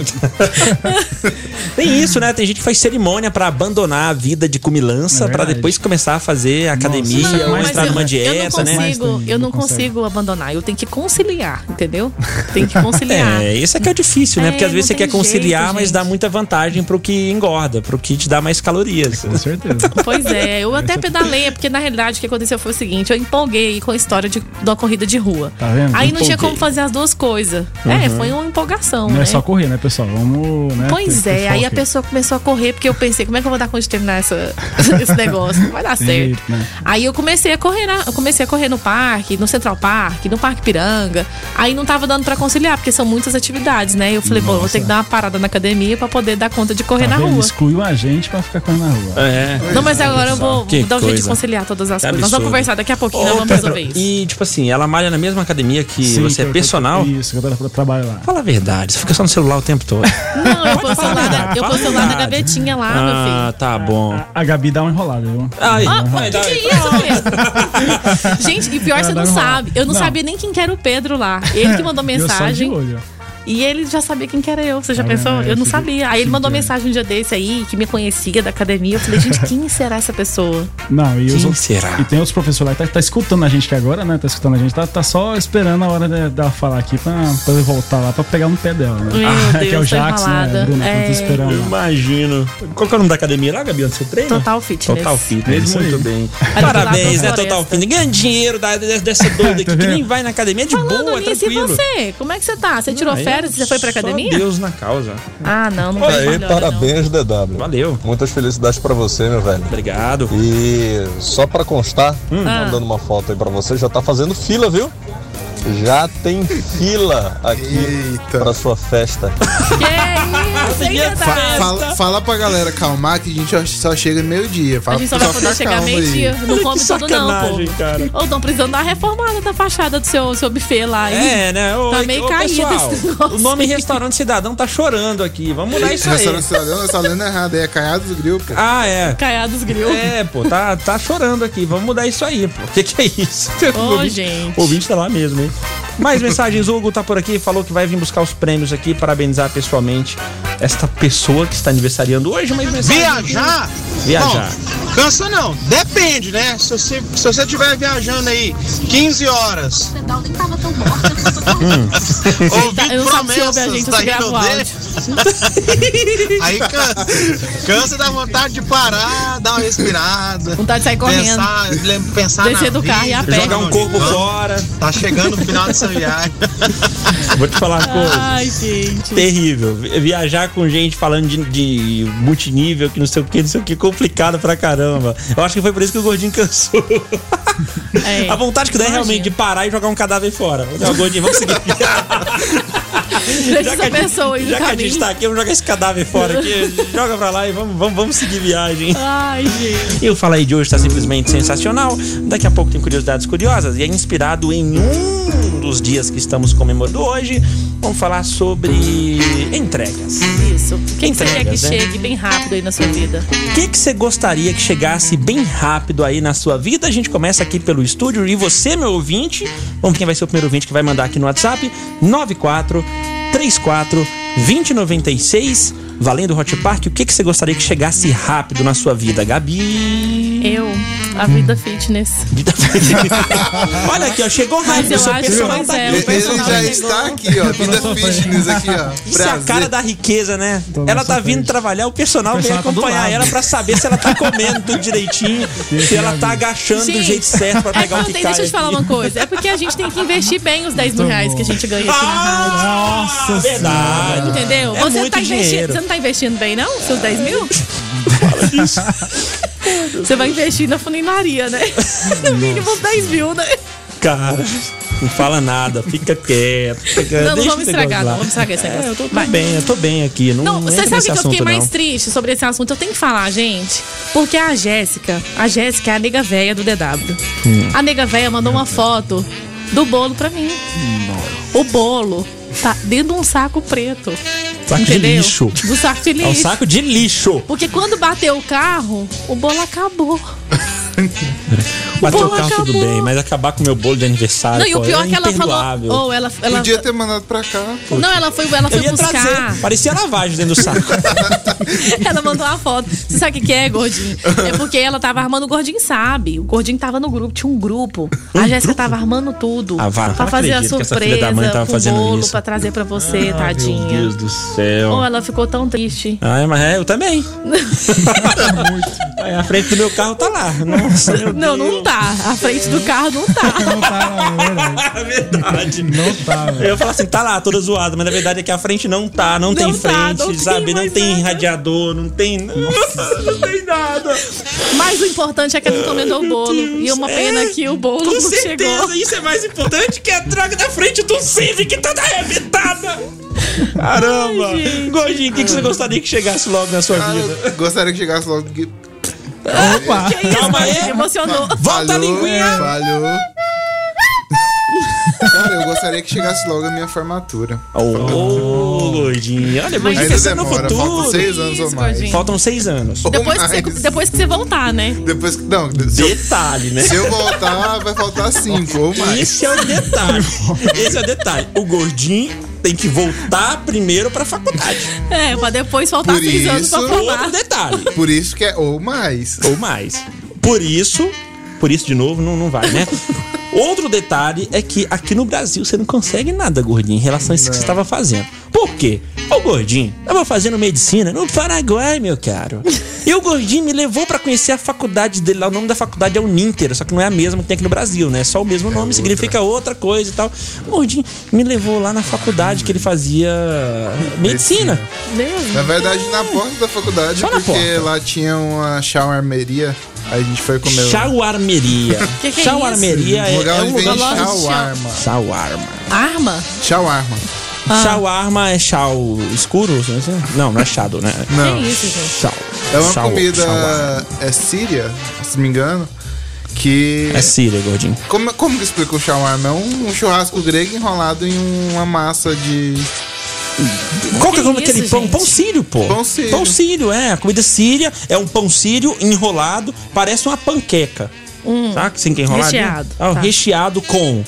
Tem isso, né? Tem gente que faz cerimônia pra abandonar a vida de cumilança É pra verdade. depois começar a fazer academia Não, ou mas entrar eu- numa eu não dieta, eu não né? consigo, eu não consigo abandonar, eu tenho que conciliar, entendeu? Tem que conciliar. É, isso é que é difícil, né? É, Porque às vezes você não quer tem conciliar, jeito, mas gente. dá muita vantagem pro que engorda, pro que te dá mais calorias. Com certeza. Pois é, eu até pedalei, porque na realidade o que aconteceu foi o seguinte: eu empolguei com a história de, de uma corrida de rua. Tá vendo? Aí não tinha Empolguei. como fazer as duas coisas. É, Uhum. foi uma empolgação, Não né? é só correr, né, pessoal? Vamos, né? Pois ter- ter é, aí foco a pessoa começou a correr, porque eu pensei, como é que eu vou dar conta de terminar essa- esse negócio? Não vai dar Tem certo. jeito, né? Aí eu comecei a correr, na- eu comecei a correr no parque, no Central Park, no Parque Piranga. Aí não tava dando pra conciliar, porque são muitas atividades, né? Eu falei, bom, eu vou ter que dar uma parada na academia pra poder dar conta de correr Tá na vendo? rua. Excluiu a gente pra ficar correndo na rua. É. Não, mas agora eu vou Que dar um jeito de coisa. conciliar todas as É coisas. Nós absurdo. vamos conversar daqui a pouquinho, né, Ô, nós vamos Pedro, resolver isso. E, tipo assim, ela malha na mesma academia que Sim, você que é eu- personal. que eu- Isso, que eu tra- trabalho lá. Fala a verdade, você fica só no celular o tempo todo. Não, eu pus o celular na- eu pus o celular na Verdade. gavetinha lá, meu filho. ah, tá bom. A Gabi dá uma enrolada, viu? Ai, Ah, vai, então. que, dá- que é isso, Pedro? Gente, e pior é você Ela não dá uma- sabe. Eu não, Não. sabia nem quem que era o Pedro lá. Ele que mandou E eu só de mensagem. olho, ó. E ele já sabia quem que era eu. Você já Tá vendo? pensou? É, Eu não fica- sabia. Aí ele mandou mensagem um dia desse aí, que me conhecia da academia. Eu falei, gente, quem será essa pessoa? Não, e os Quem outros- será? E tem outros professores lá que tá, tá escutando a gente aqui agora, né? Tá escutando a gente, tá, tá só esperando a hora de- dela falar aqui pra, pra eu voltar lá pra pegar no pé dela, né? Meu que é o Deus, tá Jax, né? enrolada. Bruno, tá É. tá Eu esperando. lá. imagino. Qual que é o nome da academia lá, Gabi, onde você treina? Total Fitness. Total É Fitness, isso muito aí. bem. do lado Parabéns, né, da floresta. Tá Total Fitness. Ganha dinheiro da- de- dessa doida aqui que nem vai na academia, é de boa, é Nisso, e tranquilo. você? Como é que você tá? Você tirou Aí é férias? Você foi pra só academia? Deus na causa. Ah, não, não Olha foi aí, parabéns, DW. Valeu. Muitas felicidades pra você, meu velho. Obrigado. E só pra constar, Hum. Ah. mandando uma foto aí pra você, já tá fazendo fila, viu? Já tem fila aqui pra sua festa. Que é isso, hein, Fa- Renato? fala, fala pra galera calmar que a gente só chega meio-dia. A Fala gente só pro vai pessoal poder ficar chegar calmo aí. meio-dia. Não come tudo, não, sacanagem, pô. cara. Ou estão precisando dar uma reformada da fachada do seu, seu buffet lá, hein? É, né? Ô, Tá ô, meio ô, caído pessoal, esse negócio. O nome Restaurante Cidadão tá chorando aqui. Vamos mudar isso aí. Restaurante Cidadão, eu tô lendo errado, aí é Caiados Grill, pô. Ah, é. Caiados Grill. É, pô, tá, tá chorando aqui. Vamos mudar isso aí, pô. Que que é isso? Ô, O ouvinte- gente. o Ouvinte tá lá mesmo, hein? Mais mensagens, o Hugo tá por aqui, falou que vai vir buscar os prêmios aqui, parabenizar pessoalmente esta pessoa que está aniversariando hoje, mas Viajar? Viajar. Bom, cansa não, depende, né? Se você, se você estiver viajando aí 15 horas. né? Tá, eu Ouvir não sabe se ouve a promessas gente, da se grava o Rinodê. Aí cansa. Cansa da vontade de parar, dar uma respirada. Vontade de sair correndo. Pensar, lem- pensar Descer na do carro e a vida, pé. Jogar um corpo onde vamos. fora. Tá chegando o final dessa viagem. Vou te falar uma Ah, coisa. Ai, gente. Terrível. Vi- Viajar com gente falando de, de multinível, que não sei o que, não sei o que, complicado pra caramba. Eu acho que foi por isso que o gordinho cansou. É. A vontade que dá é realmente de parar e jogar um cadáver fora. Não, gordinho, vamos seguir. Deixa essa pessoa aí no já que a gente gente tá aqui, vamos jogar esse cadáver fora aqui. joga pra lá e vamos, vamos, vamos seguir viagem. Ai, gente. E o Fala aí de hoje tá simplesmente sensacional. Daqui a pouco tem curiosidades curiosas e é inspirado em um dos dias que estamos comemorando hoje. Vamos falar sobre entregas. Isso. O que, que você quer que Entregas, né? chegue bem rápido aí na sua vida? O que, que você gostaria que chegasse bem rápido aí na sua vida? A gente começa aqui pelo estúdio e você, meu ouvinte, vamos ver quem vai ser o primeiro ouvinte que vai mandar aqui no WhatsApp: 94 34 2096. Valendo Hot Park, o que, que você gostaria que chegasse rápido na sua vida, Gabi? Eu, a vida fitness. Olha aqui, ó, chegou Mas rápido. eu seu acho personal mais tá é, aqui. o Seu personal tá personal aqui. chegou. aqui, ó. Vida fitness aqui, ó. Isso é a cara da riqueza, né? ela tá vindo trabalhar, o personal, O personal tá vem do acompanhar lado. ela pra saber se ela tá comendo tudo direitinho, se ela tá agachando do Gente, jeito certo pra é pegar um o porque que tem- cai. Deixa eu te falar aqui. uma coisa. É porque a gente tem que investir bem os 10 Tá mil reais que a gente ganha aqui na Ah, rádio. Nossa verdade. Entendeu? É você, não muito tá investindo, dinheiro. você não tá investindo bem, não? Seus 10 mil? Você vai investir na funilaria, né? No mínimo uns 10 mil, né? Cara, não fala nada, fica quieto. Fica, Não, não É, deixa vamos esse negócio estragar, lá. não vamos estragar esse negócio. É, eu tô, tô Vai. bem, eu tô bem aqui. Não, Não, você entra sabe nesse que eu assunto, fiquei mais não. triste sobre esse assunto. Eu tenho que falar, gente, porque a Jéssica, a Jéssica é a nega véia do DW. Hum. A nega véia mandou uma foto do bolo pra mim. O bolo tá dentro de um saco preto. Saco de entendeu? lixo. Do saco de É lixo. um saco de lixo. Porque quando bateu o carro, o bolo acabou. Bateu o bolo carro, tudo acabou. bem, mas acabar com o meu bolo de aniversário. Não, e o pô, pior é que ela imperdoável. falou. Ou ela, ela, Podia ter mandado pra cá. Não, ela foi, ela Eu foi ia buscar. trazer. Parecia lavagem dentro do saco. Ela mandou uma foto. Você sabe o que que é, gordinho? É porque ela tava armando o gordinho, sabe? O gordinho tava no grupo, tinha um grupo. A Jéssica tava armando tudo. Ah, vá, pra não fazer a acredito que essa filha surpresa, da mãe tava com fazendo bolo isso. Ah, pra trazer pra você, tadinha. Meu Deus do céu. Oh, ela ficou tão triste. Ah, mas é, eu também. Aí a frente do meu carro tá lá. Nossa, meu Não, não tá. A frente do carro não tá. É verdade. Não tá, velho. Eu falo assim, tá lá, toda zoada, mas na verdade é que a frente não tá, não, tem frente, sabe? não tem radiador, não tem. Não tem nada. Mas o importante é que ela encomendou o bolo. E é uma pena que o bolo Com não certeza, chegou. isso é mais importante que a droga da frente do Civic que tá arrebentada. Caramba! Ai, Gordinho, o que, que você gostaria que chegasse logo na sua vida? Eu gostaria que chegasse logo. Que... Opa! Calma aí! Emocionou. Volta a linguinha! Falhou. Cara, eu gostaria que chegasse logo a minha formatura. Ô, oh, gordinho. Olha, Mas gordinho, é ainda pensando no demora, futuro. faltam seis anos ou mais. gordinho. Faltam seis anos. Depois que, você, depois que você voltar, né? Depois que. Não, se eu, Detalhe, né? se eu voltar, vai faltar cinco ou mais. Esse é o detalhe. Esse é o detalhe. O gordinho tem que voltar primeiro pra faculdade. É, pra depois faltar Por seis anos pra isso. formar. Outro detalhe. Por isso que é ou mais. Ou mais. Por isso, por isso de novo, não, não vai, né? Outro detalhe é que aqui no Brasil você não consegue nada, gordinho, em relação a isso que você estava fazendo. Por quê? O gordinho estava fazendo medicina no Paraguai, meu caro. E o gordinho me levou para conhecer a faculdade dele lá. O nome da faculdade é Uninter, só que não é a mesma que tem aqui no Brasil, né? É Só o mesmo nome, significa outra coisa e tal. O gordinho me levou lá na faculdade que ele fazia medicina. Na verdade, na porta da faculdade, Só na porque porta. lá tinha uma shawarmeria. Aí a gente foi comer. Shawarmeria. Que que é Shawarmeria isso? é, Lugar é onde um vende lugar lá- shawarma. Shawarma. Arma? Shawarma. Ah. Shawarma é chau escuro? não sei. Não, não é chado, né? Não. Que isso, gente? Chau. É uma Shau- comida. shawarma. É síria, se não me engano. Que. É síria, gordinho. Como, como que explica o shawarma? É um, um churrasco grego enrolado em uma massa de. Qual que é o nome daquele pão? Pão sírio, pô. Pão sírio. Pão sírio, é. A comida síria é um pão sírio enrolado, parece uma panqueca. Hum. Tá? Sem que enrolar. Ah, Recheado, tá. Recheado com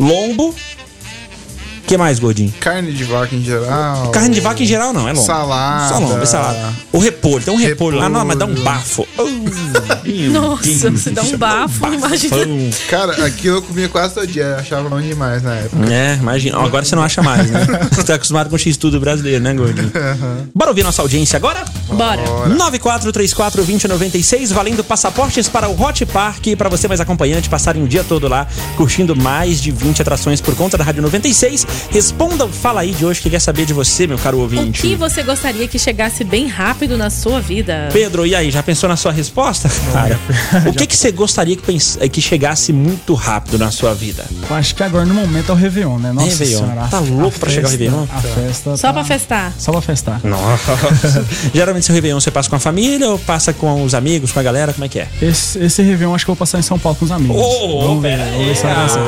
lombo. O que mais, gordinho? Carne de vaca em geral. Carne de vaca em geral não, é lombo. Salada. Só lombo, é salada. O repolho, tem um repolho, lá, não, mas dá um bafo. Nossa, se dá um bafo, imagina. Cara, aquilo eu comia quase todo dia. eu Achava bom demais na época. É, imagina. Ó, Agora você não acha mais, né? Você tá acostumado com o X-Tudo brasileiro, né, gordinho? Bora ouvir nossa audiência agora? Bora. 94342096, valendo passaportes para o Hot Park, para você mais acompanhante passarem o dia todo lá, curtindo mais de 20 atrações por conta da Rádio 96. Responda o Fala Aí de hoje que quer saber de você, meu caro O ouvinte. que você gostaria que chegasse bem rápido na sua vida? Pedro, e aí, já pensou na sua resposta? Cara, o que, que você gostaria que, pens- eh, que chegasse muito rápido na sua vida? Eu acho que agora no momento é o Réveillon, né? Nossa Réveillon. senhora. a- Tá a louco pra chegar o festa- Réveillon? A festa. Só tá- pra festar. Só pra festar. Nossa. Geralmente seu Réveillon você passa com a família ou passa com os amigos, com a galera? Como é que é? Esse, esse Réveillon acho que eu vou passar em São Paulo com os amigos. Ô, vamos ver, vamos ver se vai dar certo.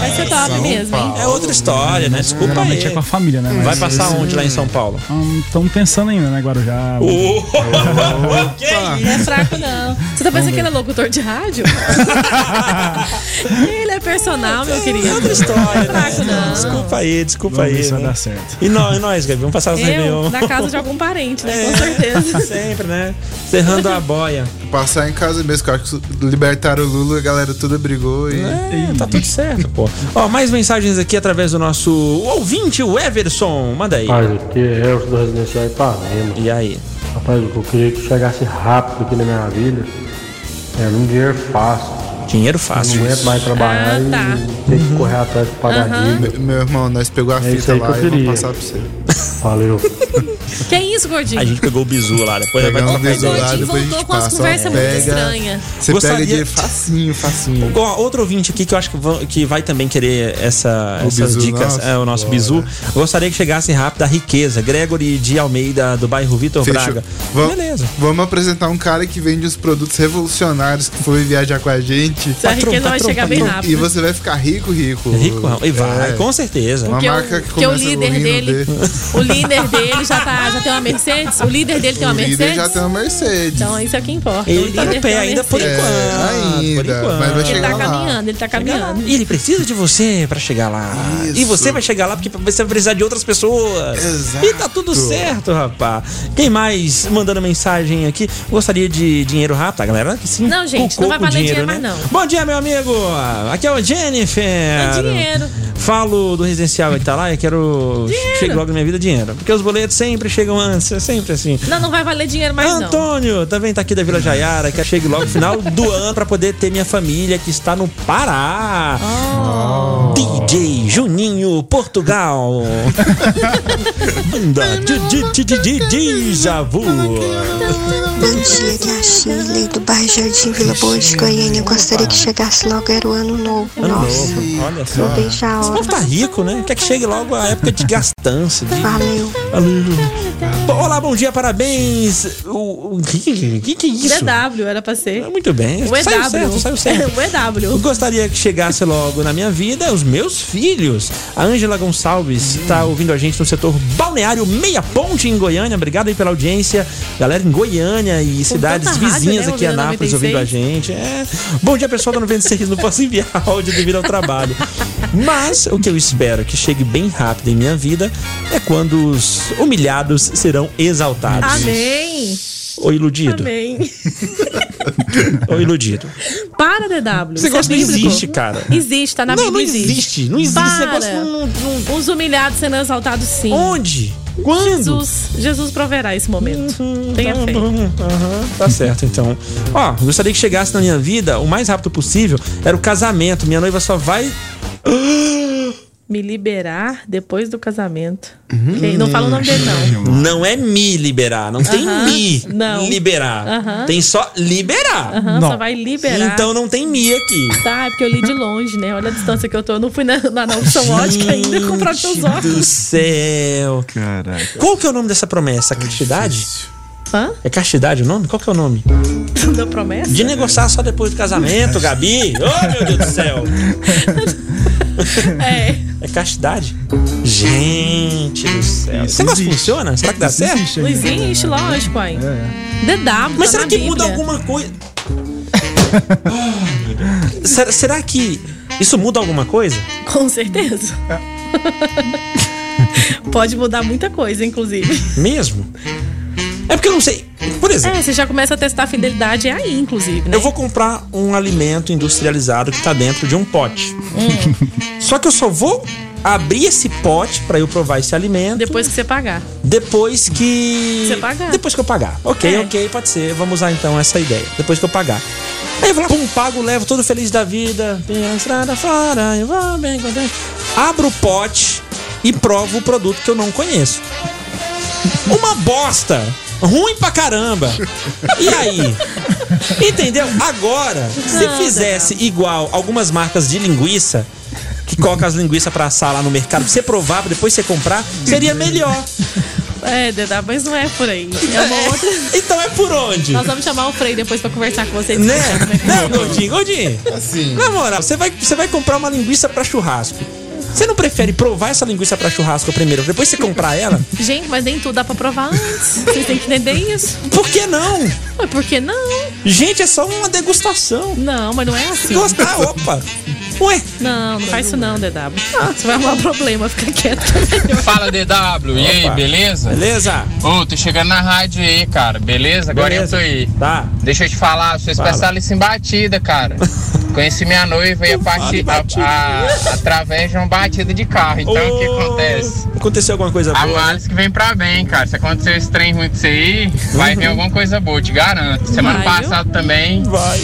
Vai ser top mesmo, hein? É outra história, né? Desculpa Geralmente aí. é com a família, né? Vai passar onde lá em São Paulo? Estamos pensando ainda, né, Guarujá? Não é fraco, não. Você tá pensando que ele é locutor de rádio? ele é personal, meu querido. outra história, né? Não é fraco, não. Desculpa aí, desculpa Vamos aí. ver se vai né? dar certo. E nós, e nós, Gabi, vamos passar os Eu, Réveillon. na casa de algum parente, né? Com certeza. É. Sempre, né? Cerrando a boia. Passar em casa mesmo, que eu acho que libertaram o Lula, a galera toda brigou e. É, tá tudo certo, pô. Ó, mais mensagens aqui através do nosso ouvinte, o Everson. Manda aí. Rapaz, aqui é Elcio do Residencial Ipanema. E aí? Rapaz, o que eu queria é que chegasse rápido aqui na minha vida é um dinheiro fácil. Dinheiro fácil. é Não aguento mais trabalhar Ah, tá. e ter que correr atrás pra pagar Aham. dívida. Me- Meu irmão, nós pegou a É isso fita aí que lá eu e vamos queria. passar pra você. Valeu. Que é isso, gordinho? A gente pegou o bizu lá, depois É, vai Pegamos trocar o ideia. isolado, depois a voltou gente com umas passa. ó. conversas muito estranhas. Você Gostaria- pega dinheiro facinho, facinho. Ó, outro ouvinte aqui que eu acho que va- que vai também querer essa, O essas bizu dicas, nosso? é o nosso Bora. bizu. Gostaria que chegasse rápido a riqueza. Gregory de Almeida, do bairro Vitor Fechou. Braga. Vamos, Beleza. Vamos apresentar um cara que vende os produtos revolucionários que foi viajar com a gente. Essa riqueza vai chegar bem rápido. E você vai ficar rico, rico. Rico, e vai, É. com certeza. Uma Porque o- marca que porque o começa líder com o dele- O líder dele já, tá, já tem uma Mercedes? O líder dele tem uma O líder Mercedes? já tem uma Mercedes. É, Então isso é o que importa. Ele o tá líder no pé tem uma ainda por Mercedes. enquanto. por Ainda, enquanto. mas vai Ele chegar tá lá. caminhando, ele tá caminhando. E ele precisa de você pra chegar lá. Isso. E você vai chegar lá porque você vai precisar de outras pessoas. Exato. E tá tudo certo, rapaz. Quem mais mandando mensagem aqui? Gostaria de dinheiro rápido, a galera? Que sim. Não, gente, cucou não vai com né? valer dinheiro mais, não. Bom dia, meu amigo. Aqui é o Jennifer. É dinheiro. Falo do residencial Italaia, quero Dinheiro. chegue logo na minha vida dinheiro. Porque os boletos sempre chegam antes, é sempre assim. Não, não vai valer dinheiro mais não. Antônio, também tá aqui da Vila Jaiara, que chegue logo no final do ano pra poder ter minha família que está no Pará. Oh. DJ Juninho Portugal. Banda DJ Vu. Um Bom dia, aqui é a Shirley do bairro Jardim Vila Boa de Goiânia. Eu gostaria que chegasse logo, era o ano novo. Ano Nossa, novo, olha só. vou beijar a Esse hora. povo tá rico, né? Quer que chegue logo a época de gastança. de- Valeu. Valeu. Bom, Olá, bom dia, parabéns. O o- que, que, que é isso? DW, era pra ser. Um Muito bem. O EW. Saiu certo, saiu certo. O EW. Eu gostaria que chegasse logo na minha vida os meus filhos. A Ângela Gonçalves Hum. está ouvindo a gente no setor balneário Meia Ponte, em Goiânia. Obrigado aí pela audiência. Galera em Goiânia e cidades tanta rádio, vizinhas né, aqui em ouvindo a Anápolis 96. ouvindo a gente. É. Bom dia, pessoal da 96. Não posso enviar áudio devido ao trabalho. Mas o que eu espero que chegue bem rápido em minha vida é quando os humilhados serão exaltados. Amém. Ou iludido. Amém. Ou iludido. Para, Esse DW. Isso negócio é não bíblico. existe, cara. Existe, tá na Não, Bíblia. não existe, não existe, esse Para. negócio Os humilhados sendo exaltados, sim. Onde? Quando? Então, Jesus, Jesus proverá esse momento. Uhum, Tenha fé. Tá certo, então. Ó, gostaria que chegasse na minha vida o mais rápido possível. Era o casamento. Minha noiva só vai. Me liberar depois do casamento. Uhum. Ok? Não fala o nome dele, não. Não é me liberar. Não tem Aham, me não. liberar. Aham. Tem só liberar. Aham, só vai liberar. Então não tem me aqui. Tá, é porque eu li de longe, né? Olha a distância que eu tô. Eu não fui na, na, na opção ótica Tá ainda comprar os seus Gente do óculos. céu. Caraca. Qual que é o nome dessa promessa? Castidade? Hã? É castidade o nome? Qual que é o nome? Da promessa? De negociar só depois do casamento, Gabi. Oh, meu Deus do céu. É. É castidade? Gente do céu. Isso Esse negócio existe. funciona? Será que dá Isso certo? existe ainda. Luizinho, ixi, lógico, hein? DW, É. Mas tá será na que muda Bíblia. alguma coisa? será, será que isso muda alguma coisa? Com certeza. É. Pode mudar muita coisa, inclusive. Mesmo? É porque eu não sei. Por exemplo, É, você já começa a testar a fidelidade aí, inclusive, né? eu vou comprar um alimento industrializado que tá dentro de um pote. Só que eu só vou abrir esse pote pra eu provar esse alimento Depois que você pagar. depois que Você pagar. depois que eu pagar. Ok, É. ok, pode ser. Vamos usar então essa ideia. Depois que eu pagar. Aí eu vou lá, pum, pago, levo, todo feliz da vida. Pela estrada fora, eu vou bem contente. abro o pote e provo o produto que eu não conheço. Uma bosta! Ruim pra caramba! E aí? Entendeu? Agora, se Não, fizesse igual algumas marcas de linguiça, que colocam as linguiças pra assar lá no mercado, pra você provar, pra depois você comprar, seria melhor. É, Dedá, mas não é por aí. É uma outra. Então é por onde? Nós vamos chamar o Frei depois pra conversar com vocês. Né? Não, Gordinho, Gordinho. Na moral, você vai, você vai comprar uma linguiça pra churrasco. Você não prefere provar essa linguiça pra churrasco primeiro, depois você comprar ela? Gente, mas nem tudo dá pra provar antes. Vocês têm que entender isso. Por que não? Mas por que não? Gente, é só uma degustação. Não, mas não é assim. Gostar, opa. Ué? Não, não faz isso não, DW. Ah, você vai arrumar problema, fica quieto. Fala DW, e aí, beleza? Beleza? Ô, tô chegando na rádio aí, cara, beleza? Agora Beleza. eu tô aí. Tá. Deixa eu te falar, eu sou Fala. especialista em batida, cara. Conheci minha noiva aí a partir, a- a- através de uma batida de carro. Então o que acontece? Aconteceu alguma coisa A boa? males que vem pra bem, cara. Se acontecer esse trem ruim com você aí, Uhum. vai vir alguma coisa boa, te garanto. Semana Vai, viu? passada também. Vai.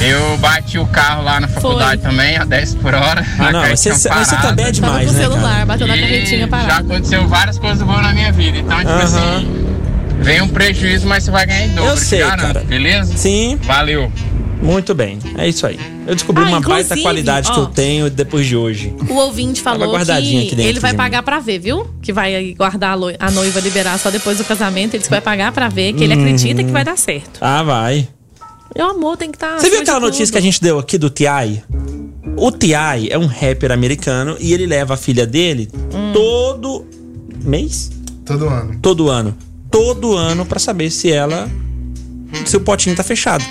Eu bati o carro lá na faculdade também, a 10 por hora. Ah, na não, mas carretinha você- mas você parada. também é demais, Tava com o né, celular, cara? bateu na E carretinha parada. Já aconteceu várias coisas boas na minha vida. Então, tipo assim, vem um prejuízo, mas você vai ganhar em dobro. Eu te sei, garanto, cara. Beleza? Sim. Valeu. Muito bem, é isso aí. Eu descobri Ah, uma baita inclusive, qualidade que ó. eu tenho depois de hoje. O ouvinte Tava falou guardadinha que aqui dentro né? ele vai de mim. pagar pra ver, viu? Que vai aí guardar a lo- a noiva liberar só depois do casamento. Ele disse que vai pagar pra ver, que ele Uhum. acredita que vai dar certo. Ah, vai. Meu amor, tem que tá estar. Você viu aquela notícia que a gente deu aqui do T.I.? O T.I. é um rapper americano e ele leva a filha dele todo mês? Todo ano. Todo ano. Todo ano pra saber se ela. Se o potinho tá fechado.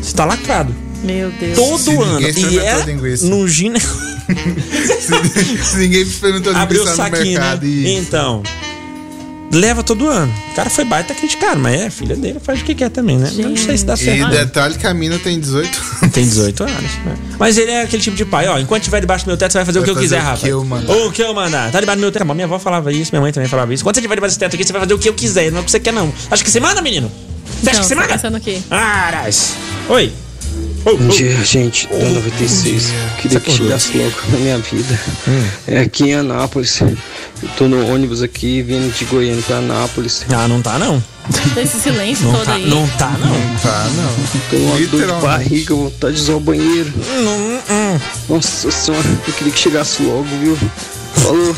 Se tá lacrado. Meu Deus. Todo Se ninguém ano. E experimentou é linguiça. num gine... Se ninguém experimentou linguiça Abriu o no saquinho, né? mercado. Isso. Então. Leva todo ano. O cara foi baita criticado, mas é filha dele, faz o que quer também, né? Eu não sei se dá certo. E não. detalhe que a mina tem 18 Tem 18 anos. né? Mas ele é aquele tipo de pai, ó. Enquanto estiver debaixo do meu teto, você vai fazer Vai o que eu fazer quiser, o que rapaz. eu mandar. O que eu mandar. Tá debaixo do meu teto. Minha avó falava isso, minha mãe também falava isso. Enquanto você estiver debaixo desse teto aqui, você vai fazer o que eu quiser. Não é o que você quer, não. Acho que você manda, menino? Você acha que você tá manda? pensando aqui. Aras. Oi. Bom dia, gente da 96. Queria que chegasse logo na minha vida. Hum. É aqui em Anápolis. Eu tô no ônibus aqui, vindo de Goiânia pra Anápolis. Ah, não tá não. Desse silêncio todo aí. tá não. Não tá não. Tô uma dor de Literalmente. barriga, vontade de usar o banheiro. Nossa senhora, eu queria que chegasse logo, viu? Falou.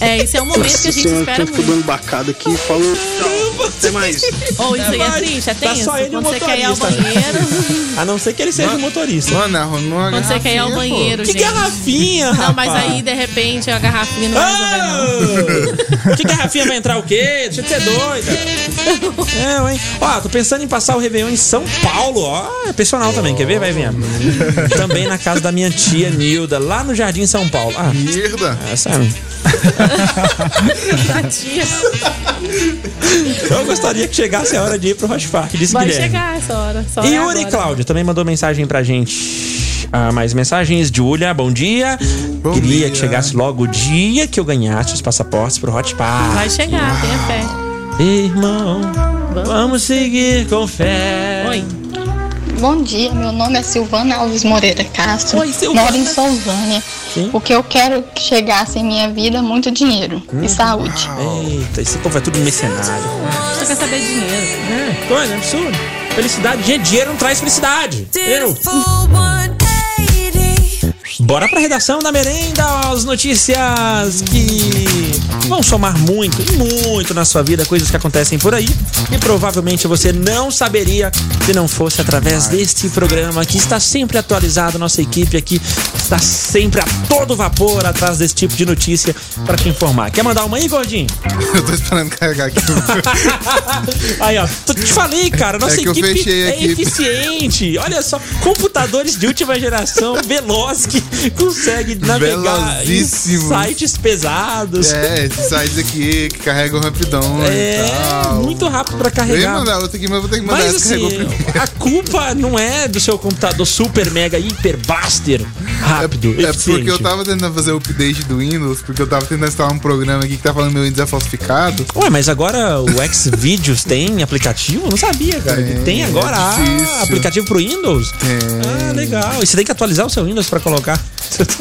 É, esse é o momento que a Nossa gente senhora, espera tô muito. ficando bacado aqui. Falou. Tchau. Até mais. Ou isso aí é triste, é Tá tenso. só ele e o Quando você quer ir ao motorista. banheiro. A não ser que ele seja Mano- um motorista. Mano, arrumou uma Quando você quer ir ao garrafinha, pô. banheiro, Ah, Que é, gente. garrafinha, Não, mas rapaz. aí, de repente, a garrafinha não vai resolver, não. que Ah! garrafinha vai entrar o quê? Deixa de ser doida. É, ué. Ó, tô pensando em passar o Réveillon em São Paulo, ó. É personal também, quer ver? Vai vir. também na casa da minha tia Nilda, lá no Jardim São Paulo. Ah, Nilda. Essa Ah! Eu gostaria que chegasse a hora de ir pro Roche Park, disse Vai Guilherme. chegar essa hora. Essa hora é Yuri agora. Cláudio também mandou mensagem pra gente. Ah, mais mensagens. Julia, bom dia. Queria que chegasse logo o dia que eu ganhasse os passaportes pro Hot Park. Vai chegar, tenha fé. Irmão, vamos seguir com fé. Oi. Bom dia, meu nome é Silvana Alves Moreira Castro. Oi, Silvana. Moro em Solvânia. Sim. O que eu quero que chegasse em minha vida é muito dinheiro Uhum. e saúde. Eita, esse povo é tudo mercenário. Só quer saber de dinheiro. É, coisa absurda. Felicidade, dinheiro, dinheiro não traz felicidade. Eu. Bora pra redação da merenda, as notícias que vão somar muito, muito na sua vida, coisas que acontecem por aí e provavelmente você não saberia se não fosse através deste programa que está sempre atualizado, nossa equipe aqui está sempre a todo vapor atrás desse tipo de notícia pra te informar. Quer mandar uma aí, gordinho? Eu tô esperando carregar aqui. Aí, ó, tô- te falei, cara, nossa É que eu equipe fechei é aqui. eficiente. Olha só, computadores de última geração, veloz, que consegue navegar em Velozíssimos. sites pesados. É, esses sites aqui que carregam rapidão. É, e tal. muito rápido pra Eu ia carregar. mandar outra aqui, mas eu vou ter que mandar Mas essa que carregou assim, primeiro. a culpa não é do seu computador super, mega, hiper, blaster rápido, É eficiente. porque eu tava tentando fazer o update do Windows, porque eu tava tentando instalar um programa aqui que tá falando meu Windows é falsificado. Ué, mas agora o Xvideos tem aplicativo? Eu Não sabia, cara. Tem, Tem, tem agora é ah, difícil. aplicativo pro Windows? Ah, legal. E você tem que atualizar o seu Windows pra colocar.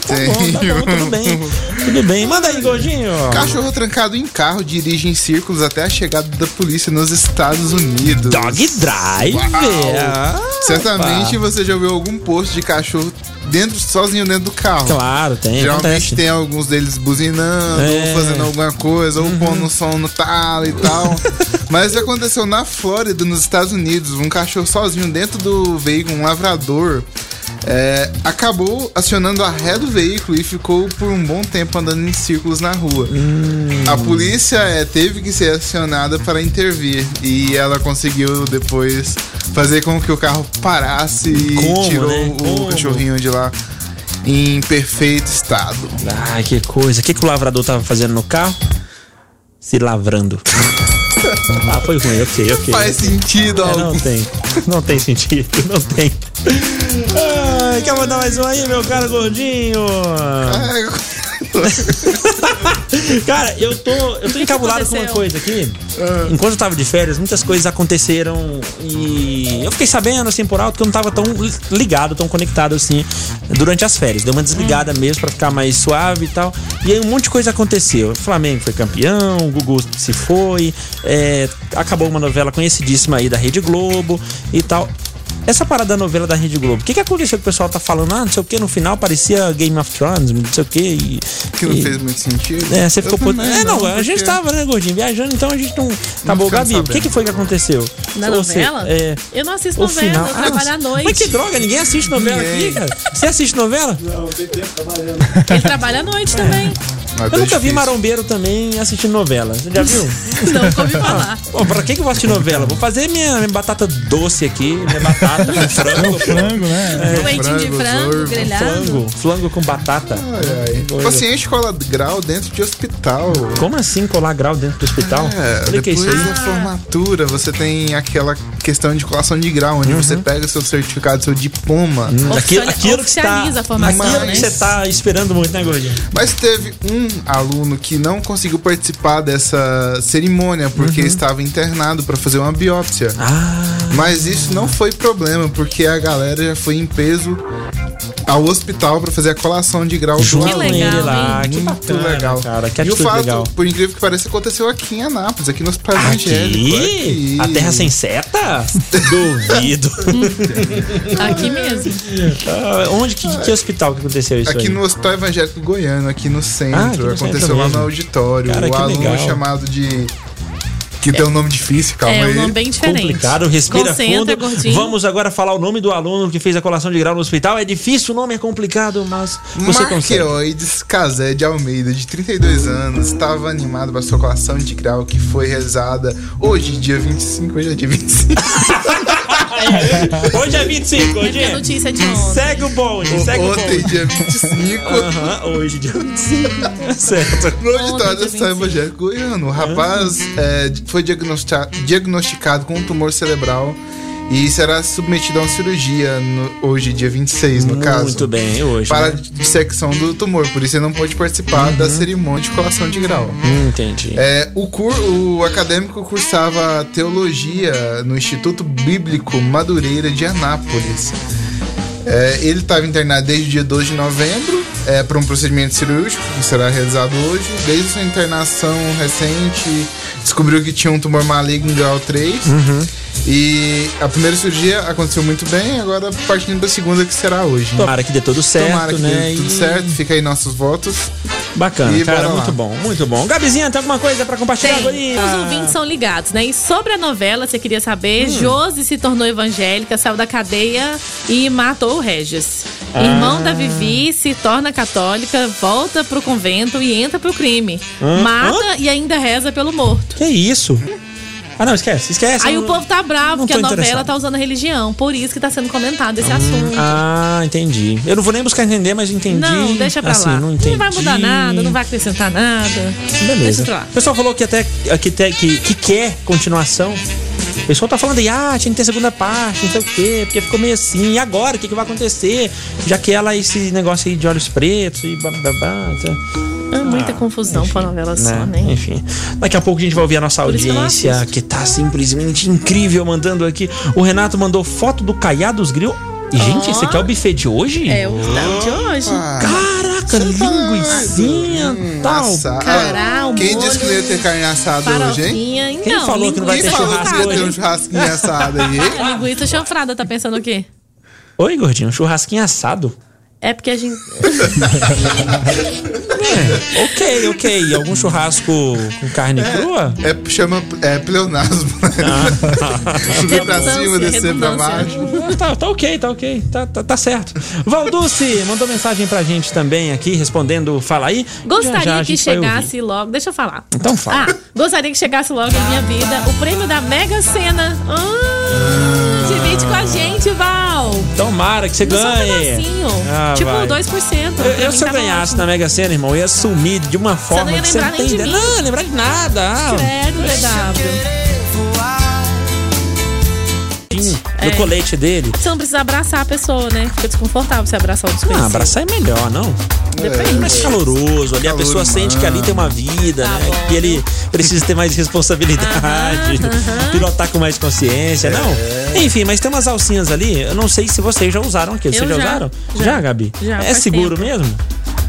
Tá bom, tá bom, tudo bem. Tudo bem. Manda aí, Gordinho. Cachorro trancado em carro dirige em círculos até a chegada da polícia nos Estados Unidos. Dog drive. Ah, Certamente pá. você já viu algum post de cachorro dentro, sozinho dentro do carro. Claro, tem, Geralmente acontece. tem alguns deles buzinando, É. Uhum. ou fazendo alguma coisa, ou pondo um som no talo e tal. Mas isso aconteceu na Flórida, nos Estados Unidos. Um cachorro sozinho dentro do veículo, um lavrador. é, acabou acionando a ré do veículo e ficou por um bom tempo andando em círculos na rua. A polícia é, teve que ser acionada para intervir e ela conseguiu depois fazer com que o carro parasse e Como, tirou né? o cachorrinho de lá em perfeito estado. Ai, que coisa. O que, que o lavrador tava fazendo no carro? Se lavrando. ah, foi ruim, ok, ok. Faz sentido, é, Não tem. Não tem sentido, não tem. Ai, quer mandar mais um aí, meu cara gordinho? É, Cara, eu tô, eu tô encabulado com uma coisa aqui. Ah. Enquanto eu tava de férias, muitas coisas aconteceram e eu fiquei sabendo assim por alto que eu não tava tão li- ligado, tão conectado assim durante as férias. Deu uma desligada mesmo pra ficar mais suave e tal. E aí um monte de coisa aconteceu. O Flamengo foi campeão, o Gugu se foi, é, acabou uma novela conhecidíssima aí da Rede Globo e tal. Essa parada da novela da Rede Globo, o que, que aconteceu que o pessoal tá falando? Ah, não sei o que, no final parecia Game of Thrones, não sei o que. E, Que não e- fez muito sentido. é, você ficou Eu por... também É, não, a porque- gente tava, né, gordinho, viajando, então a gente não. Acabou, Gabi. O ficamos que, sabendo. que foi que aconteceu? Na Ou seja, novela? é, Eu não assisto o novela, final. eu trabalho Ah, à noite. Mas que droga, ninguém assiste novela aqui, cara. Você assiste novela? Não, tem tempo trabalhando. Ele trabalha à noite também. Eu nunca vi marombeiro também assistindo novela. Você já viu? Nunca Então, ouvi falar. Bom, pra que, que eu vou assistir novela? Vou fazer minha, minha batata doce aqui, minha batata com frango. frango, né? É, Leitinho de frango, frango, sorvo. grelhado. Frango, frango com batata. Ai, ai. Paciente cola grau dentro de hospital. Como assim colar grau dentro do hospital? É, Olha que é depois isso aí. da formatura, você tem aquela questão de colação de grau, Uhum. onde você pega seu certificado, seu diploma. Aquilo, aquilo que você tá, Oficializa a formação, aquilo né? que você tá esperando muito, né, Gordinho? Mas teve um aluno que não conseguiu participar dessa cerimônia Uhum. porque estava internado para fazer uma biópsia. Ah. Mas isso não foi problema, porque a galera já foi em peso ao hospital para fazer a colação de grau Junto do com aluno. ele lá, que Muito bacana, legal. cara, que e o atitude fato, legal. por incrível que pareça, aconteceu aqui em Anápolis, aqui no Hospital Evangélico. Aqui? A terra sem seta? Duvido. Aqui mesmo. Ah, Onde? Que, que hospital que aconteceu isso Aqui aí? no Hospital Evangélico Goiano, aqui no centro. Ah, aqui no aconteceu centro lá mesmo. no auditório. Cara, o que aluno legal. chamado de. Que tem um nome difícil, calma É, um aí. nome bem diferente. Complicado, respira Concentra, fundo. gordinho. Vamos agora falar o nome do aluno que fez a colação de grau no hospital. É difícil, o nome é complicado, mas você consegue. Marqueoides Casé de Almeida, de 32 anos, estava animado para sua colação de grau que foi rezada hoje, dia 25, hoje é dia 25. Hoje é 25, hoje É a é. notícia de ontem. Segue o bonde, segue o Ontem, bonde. dia 25. é Aham, hoje dia 25. certo. No auditório da São Evangélico Goiano, o rapaz é, foi diagnostica- diagnosticado com um tumor cerebral e será submetido a uma cirurgia no- hoje, dia 26, no caso. Muito bem, hoje. Para a né? Uhum. dissecção do tumor, por isso ele não pode participar da cerimônia de colação de grau. Hum, Entendi. É, o, cur, o acadêmico cursava teologia no Instituto Bíblico Madureira de Anápolis. É, ele estava internado desde o dia 2 de novembro é, para um procedimento cirúrgico que será realizado hoje. Desde sua internação recente, descobriu que tinha um tumor maligno grau 3. Uhum. E a primeira cirurgia aconteceu muito bem, agora partindo da segunda que será hoje. Tomara que dê tudo Tá certo, Tomara que né? dê tudo E- certo, fica aí nossos votos. Bacana, E cara, bora lá. muito bom, muito bom. Gabizinha, tem alguma coisa pra compartilhar, Tem. Gorinha? Os ouvintes são ligados, né? E sobre a novela, você queria saber, Hum. Josi se tornou evangélica, saiu da cadeia e matou o Regis. Ah. Irmão da Vivi se torna católica, volta pro convento e entra pro crime. Hã? Mata e ainda reza pelo morto. Que isso? Ah, não, esquece, esquece. Aí eu o não- povo tá bravo não porque a tô novela interessado. tá usando a religião. Por isso que tá sendo comentado esse assunto. Ah, entendi. Eu não vou nem buscar entender, mas entendi. Não, deixa pra Assim, lá. Não, entendi. vai mudar nada, não vai acrescentar nada. Deixa Beleza. pra lá. O pessoal falou que até que, te- que, que quer continuação. O pessoal tá falando aí, ah, tinha que ter segunda parte, não sei o quê, porque ficou meio assim. E agora, o que, que vai acontecer? Já que ela, é esse negócio aí de olhos pretos e babá. É muita confusão pra novela só, né? Ah, Enfim. Daqui a pouco a gente vai ouvir a nossa Por isso que eu não audiência, que, tá simplesmente incrível mandando aqui. O Renato mandou foto do Caiados Grill Gente, esse aqui é o buffet de hoje? É o buffet de hoje. Tá. Caraca, linguicinha, tal. Caralho, Quem disse que não ia ter carne assada hoje, hein? Farofinha, Quem então, falou que não vai Quem ter falou churrasco que não ia ter hoje? um churrasquinho assado aí? hein? A linguiça chanfrada, tá pensando o quê? Oi, gordinho, churrasquinho assado? É porque a gente. É, ok, ok. Algum churrasco com carne crua? É, chama é, pleonasmo. né? Subir pra cima, descer pra baixo. Ah, Tá, tá ok, tá ok. Tá, tá, tá certo. Valduce mandou mensagem pra gente também aqui, respondendo. Fala aí. Já, Gostaria já a que gente vai ouvir. chegasse logo. Deixa eu falar. Então fala. Ah, gostaria que chegasse logo em minha vida o prêmio da Mega Sena. Ah, divide com a gente, Val. Tomara que você Não só um ganhe. pedacinho. Ah, tipo, vai. 2%. Eu, eu, se eu ganhasse na Mega Sena, irmão, eu ia sumir de uma Você não forma ia que você lembrar não tem nem de ideia. mim. Não, lembrar de nada. Ah, Credo, DW. Do É. colete dele. Você não precisa abraçar a pessoa, né? Fica desconfortável você abraçar o Ah, desconhecido. abraçar é melhor, não? assim? Depende. É mais caloroso, ali a pessoa sente que ali tem uma vida, Tá né? Que ele precisa ter mais responsabilidade, pilotar com mais consciência, não? Enfim, mas tem umas alcinhas ali, eu não sei se vocês já usaram aqui. Vocês Eu já, já, usaram? já. Gabi? Já, é faz seguro tempo. mesmo?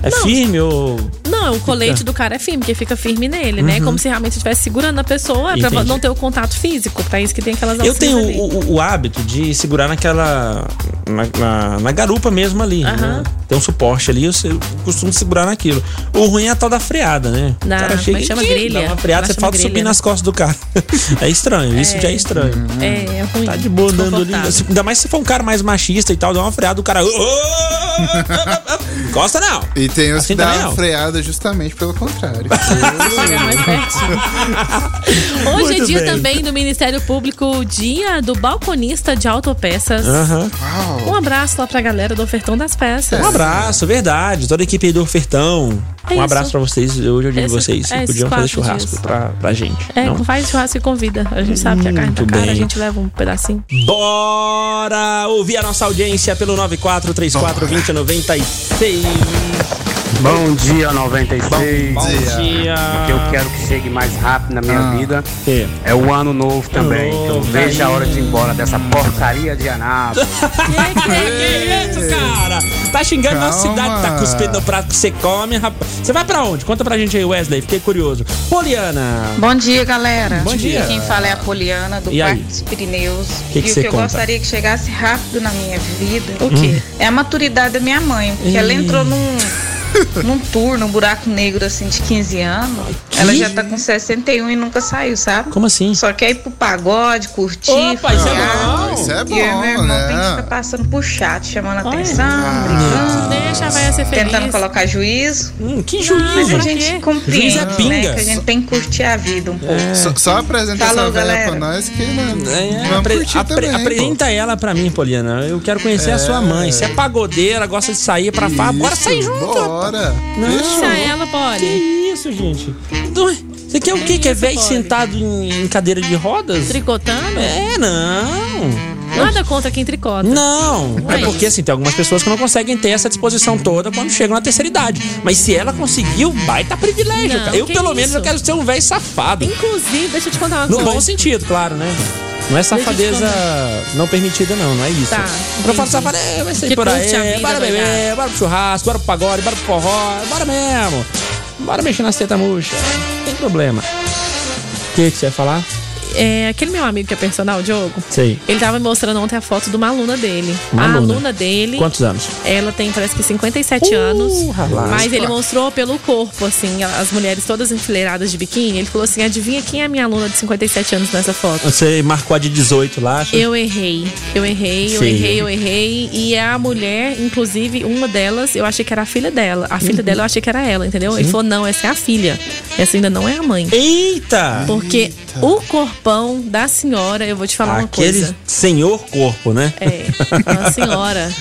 É firme ou. Não, o colete Fica. do cara é firme, porque fica firme nele, né? Uhum. Como se realmente estivesse segurando a pessoa pra Entendi. não ter o contato físico. Pra isso que tem aquelas Eu alcinhas tenho ali. o, o- o hábito de segurar naquela. na, na- na garupa mesmo ali. né? Tem um suporte ali, eu, se- eu costumo segurar naquilo. O ruim é a tal da freada, né? Na- o cara como é que chama? e Grelha? dá uma freada, Lá você chama falta grelha, subir né? nas costas do cara. é estranho, isso É. já é estranho. É, é ruim. Tá de boa andando ali. desconfortável. Ainda mais se for um cara mais machista e tal, dá uma freada, o cara. "Ô, ô, ô, ô, ô". Gosta não! E tem uns Assim que dá também uma não. é freada justamente pelo contrário. Hoje é Muito dia bem. também do Ministério Público, dia do balconista de autopeças. Aham. Um abraço lá pra galera do Ofertão das Peças. Um abraço, verdade. Toda a equipe aí do Ofertão. É um isso. abraço pra vocês. Hoje eu digo Esse- vocês é, que esses podiam fazer quatro churrasco dias. pra, pra gente. É, não? faz churrasco e convida. A gente sabe que a carne tá Muito cara, bem. a gente leva um pedacinho. Bora ouvir a nossa audiência pelo 94342096. Bom dia, 96. Bom dia. Ah. O que eu quero que chegue mais rápido na minha vida é o ano novo também. Que eu vejo a hora de ir embora dessa porcaria de Anápolis. que, que isso, cara? Tá xingando nossa Calma. cidade, tá cuspindo no prato que você come, rapaz. Você vai pra onde? Conta pra gente aí, Wesley. Fiquei curioso. Poliana. Bom dia, galera. Bom dia. Quem fala é a Poliana, do E aí? Parque dos Pirineus. Que que e o você que eu conta? gostaria que chegasse rápido na minha vida O quê? Hum. é a maturidade da minha mãe. Porque ela Ih. entrou num, num tour, num buraco negro assim de 15 anos. Que? Ela já tá com 61 e nunca saiu, sabe? Como assim? Só quer ir pro pagode, curtir. Opa, isso é farrear. bom. Isso é E eu e meu bom, irmão tem que né? ficar passando por chato, chamando Olha. atenção, Ah. brigando. Deixa a véia ser tá Tentando feliz. colocar juízo. hum, que juízo? Mas a pra gente quê? compreende, Juízo é né? pinga. Que a gente tem que curtir a vida um pouco. Só, só apresenta Falou, essa velha galera. pra nós que né, né? É, vamos apre- curtir apre- também, pô. apresenta ela pra mim, Poliana. Eu quero conhecer a sua mãe. Você é pagodeira, gosta de sair pra farra. Bora sair junto. Bora. um Deixa ela, Poli. Que isso, gente? Do- Você quer o quê? Quer velho é sentado em em cadeira de rodas? Tricotando? É, não. Nada contra quem tricota. Não, é Ué. porque assim, tem algumas pessoas que não conseguem ter essa disposição toda quando chegam na terceira idade. Mas se ela conseguiu, baita privilégio. Não, cara. eu, que pelo isso? Então, menos, eu quero ser um velho safado. Inclusive, deixa eu te contar uma No coisa. bom sentido, claro, né? Não é Deixa eu te safadeza não permitida, não, não é isso. Tá, Quando eu falo entendi. safadeza, é, vai sair Que por curte a aí, vida bora beber, doidado. bora pro churrasco, bora pro pagode, bora pro forró, bora mesmo. Bora mexer nas tetas murchas, não tem problema. O que, que você ia falar? É, aquele meu amigo que é personal, Diogo, Sei. ele tava me mostrando ontem a foto de uma aluna dele. Uma a aluna. aluna, dele. Quantos anos? Ela tem, parece que 57 Uh, anos. rapaz. Mas ele mostrou pelo corpo, assim, as mulheres todas enfileiradas de biquíni. Ele falou assim: adivinha quem é a minha aluna de 57 anos nessa foto? Você marcou a de 18 lá, acho. Eu errei, eu errei, eu Feio. errei, eu errei. E a mulher, inclusive, uma delas, eu achei que era a filha dela. A filha dela eu achei que era ela, entendeu? Ele Sim. falou: não, essa é a filha. Essa ainda não é a mãe. Eita! Porque o corpão da senhora, eu vou te falar uma Aquele coisa. senhor corpo, né? É, uma senhora.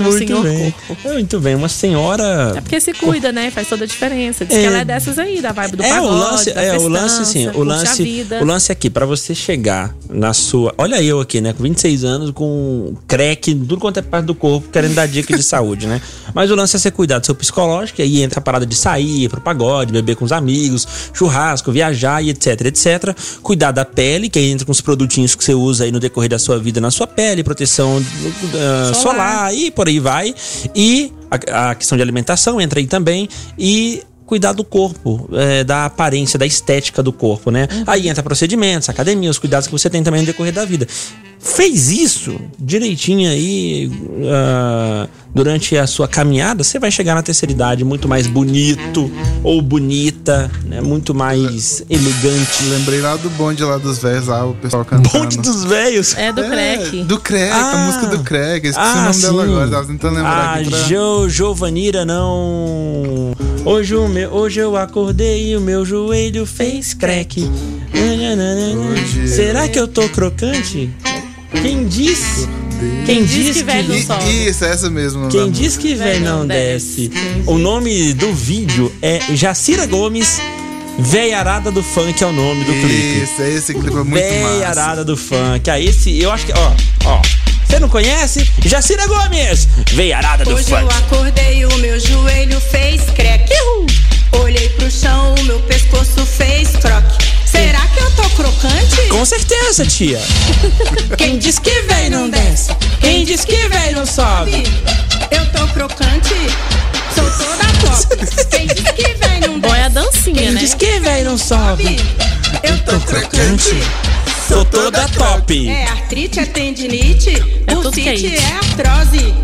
no senhor corpo. Muito bem, uma senhora. É porque se cuida, né? Faz toda a diferença. Diz É. que ela é dessas aí, da vibe do é, pagode, o lance, da é, o lance festança, sim, o curte a lance, vida. o lance aqui pra você chegar na sua, olha eu aqui, né, com 26 anos com creque, em tudo quanto é parte do corpo, querendo dar dica de saúde, né? Mas o lance é você cuidar do seu psicológico, e aí entra a parada de sair, ir pro pagode, beber com os amigos, churrasco, viajar e etc, etc. Cuidar da pele, que aí entra com os produtinhos que você usa aí no decorrer da sua vida na sua pele, proteção ah, solar. Solar. e por aí vai. E a, a questão de alimentação entra aí também e cuidar do corpo, é, da aparência, da estética do corpo, né? Aí entra procedimentos, academia, os cuidados que você tem também no decorrer da vida. Fez isso direitinho aí ah, durante a sua caminhada, você vai chegar na terceira idade muito mais bonito ou bonita, né? Muito mais elegante. Lembrei lá do bonde lá dos velhos lá, o pessoal cantando. Bonde dos velhos? É do crack. Do crack, É, a música do crack. Eu Esqueci o nome Ah. dela sim. agora, tava tentando lembrar Ah, aqui. pra- Jo, Giovanira, não. Hoje, o meu, hoje eu acordei e o meu joelho fez crack. Nananana. Será que eu tô crocante? Quem diz? Quem diz que I- Isso, é essa mesmo. Quem diz que velho não desce? O nome do vídeo é Jacira Gomes. Veiarada do Funk é o nome do clipe. Isso, esse clipe é muito massa. Veiarada do Funk. Aí esse, eu acho que, ó, ó. Você não conhece? Jacira Gomes! Veiarada do Hoje eu Funk. acordei, o meu joelho fez crack. Olhei pro chão, o meu pescoço fez croque. Será que eu tô crocante? Com certeza, tia. Quem diz que vem não desce, quem diz que vem não sobe. Eu tô crocante, sou toda pop. Quem diz que vem não desce. é a dancinha, quem né? diz que vem não sobe. Eu tô crocante. Sou toda top. É artrite, é tendinite, É tudo que é bursite, isso. é artrose.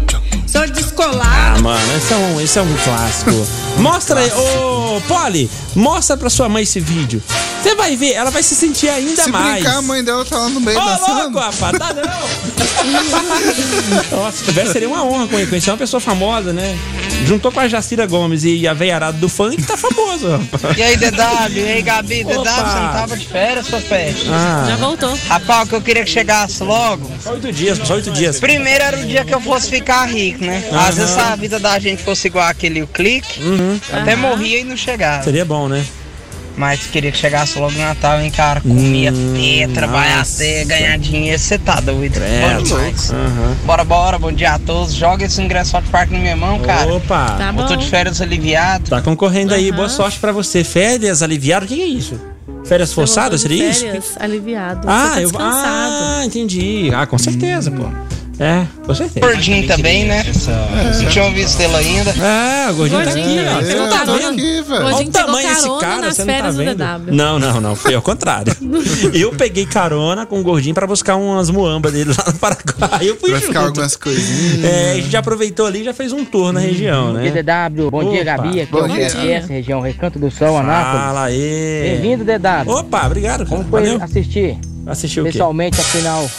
Sou descolada. Ah, mano, esse é um, esse é um clássico. Mostra aí, ô Polly, mostra pra sua mãe esse vídeo. Você vai ver, ela vai se sentir ainda Se mais. brincar, a mãe dela tá lá no meio Ô, dançando. louco, rapaz, tá não. Nossa, se tivesse, seria uma honra conhecer uma pessoa famosa, né? Juntou com a Jacira Gomes e a veiarada do funk, tá famoso, rapaz. E aí, DW? E aí, Gabi? DW, Opa. você não tava de férias, sua festa? Ah. Já voltou. Rapaz, o que eu queria que chegasse logo. Só oito dias, só oito dias. Primeiro era o dia que eu fosse ficar rico, né? Aham. Às vezes se a vida da gente fosse igual aquele o clique, Uhum. até morria e não chegava. Seria bom, né? Mas queria que chegasse logo no Natal, hein, cara? Comia Hum, até, trabalhar até, ganhar dinheiro. Você tá doido. É, bom demais. aham. Bora, bora. Bom dia a todos. Joga esse ingresso de parque na minha mão, cara. Opa. Tá Eu tô bom. de férias aliviado. Tá concorrendo aí, boa sorte pra você. Férias aliviado, o que que é isso? Férias forçadas, seria isso? Férias, aliviado. Ah, Você tá eu- descansado. Ah, entendi. Ah, com certeza, pô. É, com certeza. Gordinho também, né? Não tinha ouvido dele ainda. Ah, o gordinho, Gordinho, tá aqui, ó. É, Você eu não tá tô vendo? aqui, velho. Olha o Gordinho pegou tamanho desse carona cara, nas você não tá férias do vendo? DW. Não, não, não. Foi ao contrário. Eu peguei carona com o gordinho pra buscar umas muambas dele lá no Paraguai. Eu fui Vai junto. ficar algumas coisinhas. É, a gente já aproveitou ali e já fez um tour na região, né? é DW, bom dia, Gabi. Aqui é o RS, região Recanto do Sol, Anápolis. Fala aí. Bem-vindo, DW. Ah, Opa, obrigado. Como foi É. Valeu. assistir? Assistiu o quê? Pessoalmente a final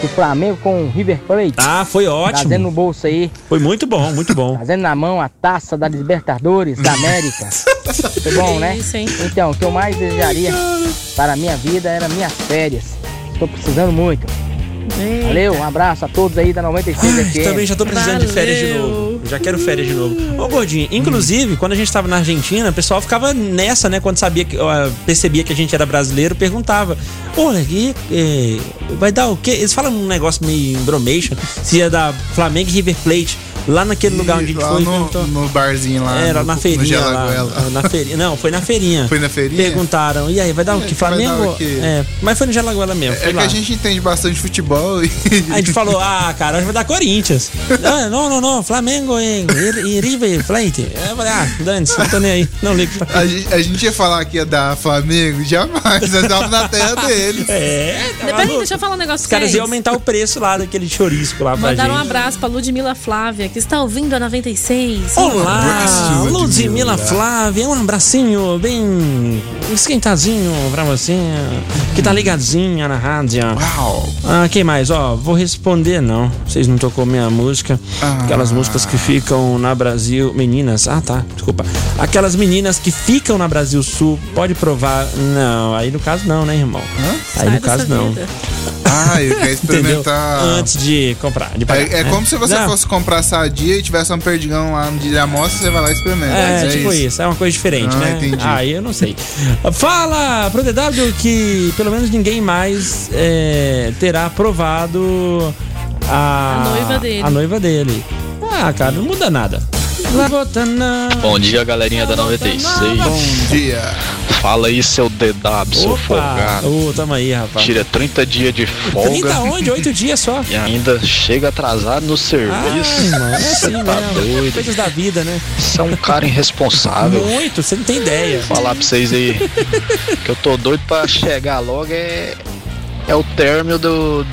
do Flamengo com o River Plate. Ah, foi ótimo. Trazendo no bolso aí. Foi muito bom, muito bom. Trazendo na mão a taça da Libertadores da América. foi bom, né? Isso, então, o que eu mais desejaria para a minha vida era minhas férias. Estou precisando muito. Valeu, um abraço a todos aí da 96 FM. Ah, Também já tô precisando de férias de novo. Já quero férias de novo. Ô, Gordinho, inclusive, quando a gente tava na Argentina, o pessoal ficava nessa, né? Quando sabia que, ó, percebia que a gente era brasileiro, perguntava: Olha, e, eh, vai dar o quê? Eles falam um negócio meio bromation, se ia dar Flamengo e River Plate, lá naquele lugar onde a gente lá foi. né? no, no barzinho lá. Era no- na no feirinha. Jalaguela. Lá, na feirinha. Não, foi na feirinha. Foi na feirinha? Perguntaram, e aí, vai dar o É, que? vai dar o Flamengo? quê? É, mas foi no Jalaguela mesmo. É foi que lá. a gente entende bastante futebol e. A gente falou, ah, cara, hoje vai dar Corinthians. Ah, não, não, não, Flamengo e, e, e River Plate. Aí Eu falei, ah, dane-se, não tô nem aí, não ligo. A gente, a gente ia falar que ia dar Flamengo? Jamais, nós tava na terra deles. É, Peraí, deixa eu falar um negócio os caras sério. iam aumentar o preço lá daquele chorisco lá pra Mandar um gente. abraço pra Ludmila Flávia, que que está ouvindo a 96. Olá, Ludmila Flávia, um abracinho bem esquentadinho pra você, que tá ligadinha na rádio. Uau! Ah, quem mais? Ó, vou responder não, vocês não tocou minha música, Ah. aquelas músicas que ficam na Brasil, meninas, ah tá, desculpa, aquelas meninas que ficam na Brasil Sul, pode provar, não, aí no caso não, né irmão? Aí no caso não. Ah, eu quero experimentar. Entendeu? Antes de comprar, de pagar, É, é né? como se você Não. fosse comprar sadia e tivesse um perdigão lá no dia da amostra, você vai lá e experimenta. É, tipo isso. é uma coisa diferente, Ah, né? entendi. Aí eu não sei. Fala pro DW que pelo menos ninguém mais é, terá aprovado a, A noiva dele. a noiva dele. Ah, cara, não muda nada. Lá bota na- Bom dia, galerinha da 96. Bom dia. Fala aí, seu DW, seu folgado. Ô, tamo aí, rapaz. Tira 30 dias de folga. 30 onde? 8 dias só. E ainda chega atrasado no serviço. irmão, é assim Cê tá mesmo. doido. Coisas da vida, né? Você é um cara irresponsável. Muito, você não tem ideia. Vou falar pra vocês aí. que eu tô doido pra chegar logo é. É o término do.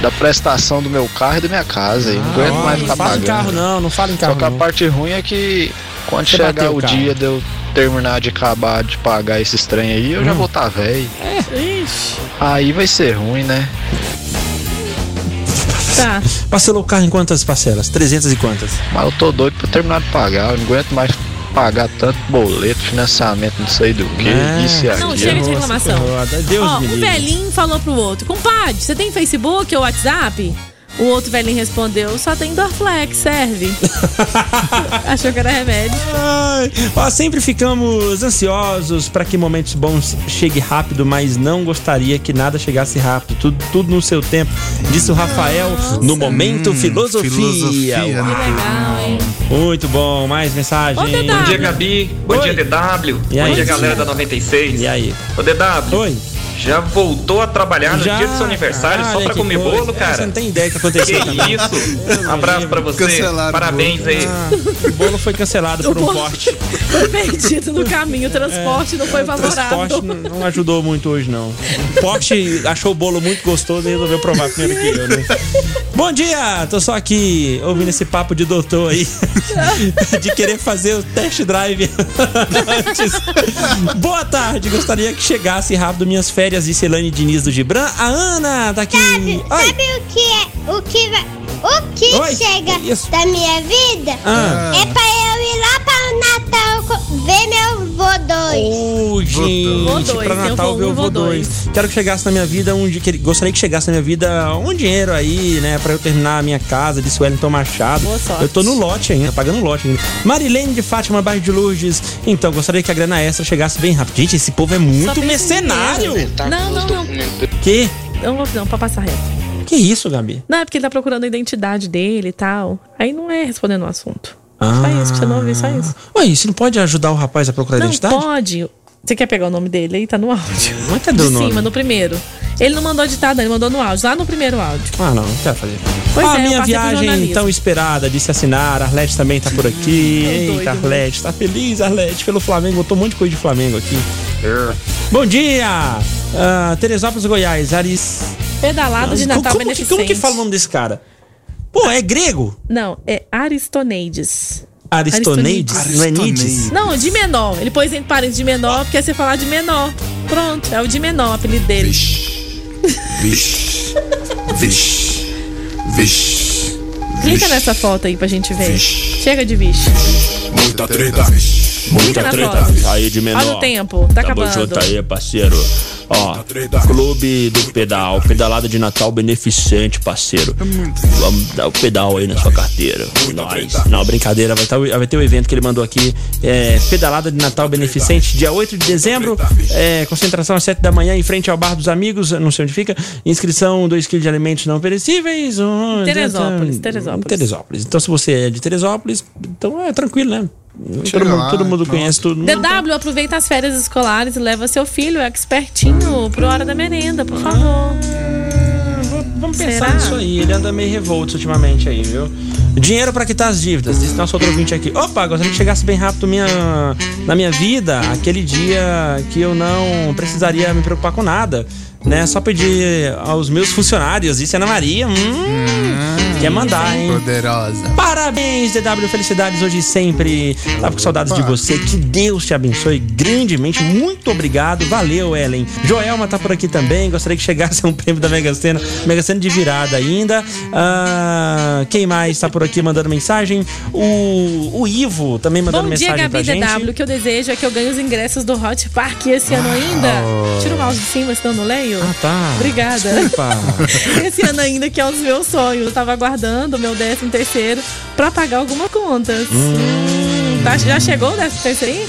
Da prestação do meu carro e da minha casa. aí. não aguento mais Ah, não ficar fala em pagando. carro, não, não fala em carro. Só que a não. parte ruim é que quando Você chegar bateu o o carro. dia de eu terminar de acabar de pagar esses trem aí, eu já Hum. vou estar velho. É, ixi. Aí vai ser ruim, né? Tá. Parcelou o carro em quantas parcelas? 300 e quantas? Mas eu tô doido pra terminar de pagar. Eu não aguento mais pagar tanto boleto, financiamento, não sei do que. É. Isso e Não, aquilo. chega de reclamação. Nossa, Deus Ó, me um livre. velhinho falou pro outro: Compadre, você tem Facebook ou WhatsApp? O outro velhinho respondeu: Só tem Dorflex, serve. Achou que era remédio. Ai, ó, sempre ficamos ansiosos para que momentos bons chegue rápido, mas não gostaria que nada chegasse rápido. Tudo, tudo no seu tempo. Disse o Rafael no Hum, momento filosofia. filosofia, né? Legal, hein? Muito bom, mais mensagem. Ô, DW. Bom dia, Gabi. Bom dia, DW. E aí? Bom dia, galera da 96. E aí? Ô, DW. Oi. Já voltou a trabalhar no dia do seu aniversário só Olha pra que comer coisa. bolo, É, cara? Você não tem ideia do que que aconteceu. também. isso? Abraço pra você. Cancelado Parabéns aí. O bolo foi cancelado por um bolo- corte. Foi perdido no caminho, o transporte não foi É, Transporte favorável. não, não ajudou muito hoje, não. O Porsche achou o bolo muito gostoso e resolveu provar primeiro que eu, né? Bom dia! Tô só aqui ouvindo esse papo de doutor aí. De querer fazer o test drive antes. Boa tarde! Gostaria que chegasse rápido minhas férias de Celane Diniz do Gibran. A Ana tá aqui. Oi. Sabe o que é? O que vai. O que Oi, chega da minha vida Ah. é pra eu ir lá para o Natal co- ver meu vô dois. Ô, gente, dois, pra tem o Natal voo ver um, o voo voo 2. Quero que chegasse na minha vida um dia que ele- gostaria que chegasse na minha vida um dinheiro aí, né, pra eu terminar a minha casa, disse Wellington Machado. Boa sorte. Eu tô no lote ainda, tá pagando lote ainda. Marilene de Fátima, bairro de Lourdes. Então, gostaria que a grana extra chegasse bem rápido. Gente, esse povo é muito mercenário. Não, não, não. Que? Não, vou- não, pra passar reto. Que isso, Gabi? Não, é porque ele tá procurando a identidade dele e tal. Aí não é respondendo o assunto. Ah. Só isso, pra você não ouvir, só isso. Ué, você não pode ajudar o rapaz a procurar a não identidade? é pode. Você quer pegar o nome dele aí? Tá no áudio. Mas cadê De o nome? cima, no primeiro. Ele não mandou ditado, ele mandou no áudio, lá no primeiro áudio. Ah, não, não quero fazer. Pois ah, é, eu minha passei pro viagem jornalismo. tão esperada, disse assinar. Arlete também tá por aqui. Tô doido, Eita, mano. Arlete, tá feliz, Arlete, pelo Flamengo. Botou um monte de coisa de Flamengo aqui. Bom dia! Ah, Teresópolis, Goiás, Aris. Pedalada de Natal como, que, beneficente. como que fala o nome desse cara? Pô, é grego? Não, é Aristoneides. Aristoneides? Não é Nides? Não, de menor. Ele pôs entre parênteses de menor, porque aí você falar de menor. Pronto, é o de menor, o apelido dele. Vixe. Vixe. Vixe. Clica nessa foto aí pra gente ver. Chega de bicho. Muita treta. Muita na treta. foto. Aí de menor. Olha o tempo, tá Tamo acabando. junto aí, parceiro. Ó, Clube do Pedal, pedalada de Natal beneficente, parceiro. Vamos dar o pedal aí na sua carteira. Nós. Não, brincadeira, vai, tá- vai ter o evento que ele mandou aqui. é, pedalada de Natal Beneficente, dia 8 de dezembro. é, concentração às 7 da manhã, em frente ao Bar dos Amigos, não sei onde fica. Inscrição: 2 kg de alimentos não perecíveis. um- Teresópolis, em Teresópolis. Teresópolis. Então, se você é de Teresópolis, então é tranquilo, né? Chega Todo mundo, lá, todo mundo pronto. conhece todo mundo. DW, aproveita as férias escolares e leva seu filho, é expertinho, pro Hora da Merenda, por favor. Ah, Vamos Será? pensar nisso aí, ele anda meio revolto ultimamente aí, viu? Dinheiro pra quitar as dívidas, disse nosso outro ouvinte aqui. Opa, gostaria que chegasse bem rápido minha, na minha vida, aquele dia que eu não precisaria me preocupar com nada, né? Só pedir aos meus funcionários, disse Ana Maria. Hum, Quer mandar, hein? Poderosa. Parabéns, DW. Felicidades hoje e sempre. Tava com saudades de você. Que Deus te abençoe grandemente. Muito obrigado. Valeu, Ellen. Joelma tá por aqui também. Gostaria que chegasse um prêmio da Mega Sena. Mega Sena de virada ainda. Ah, quem mais tá por aqui mandando mensagem? O, o Ivo também mandando Bom dia, mensagem Gabi pra gente. DW. O que eu desejo é que eu ganhe os ingressos do Hot Park esse ano ainda. Tira o mouse de cima, senão eu não leio. Ah, Ah, tá. Obrigada. Esse ano ainda que é um dos meus sonhos. Eu tava aguardando o meu 13 terceiro pra pagar alguma conta. Hum, tá- já chegou o 13 terceiro aí?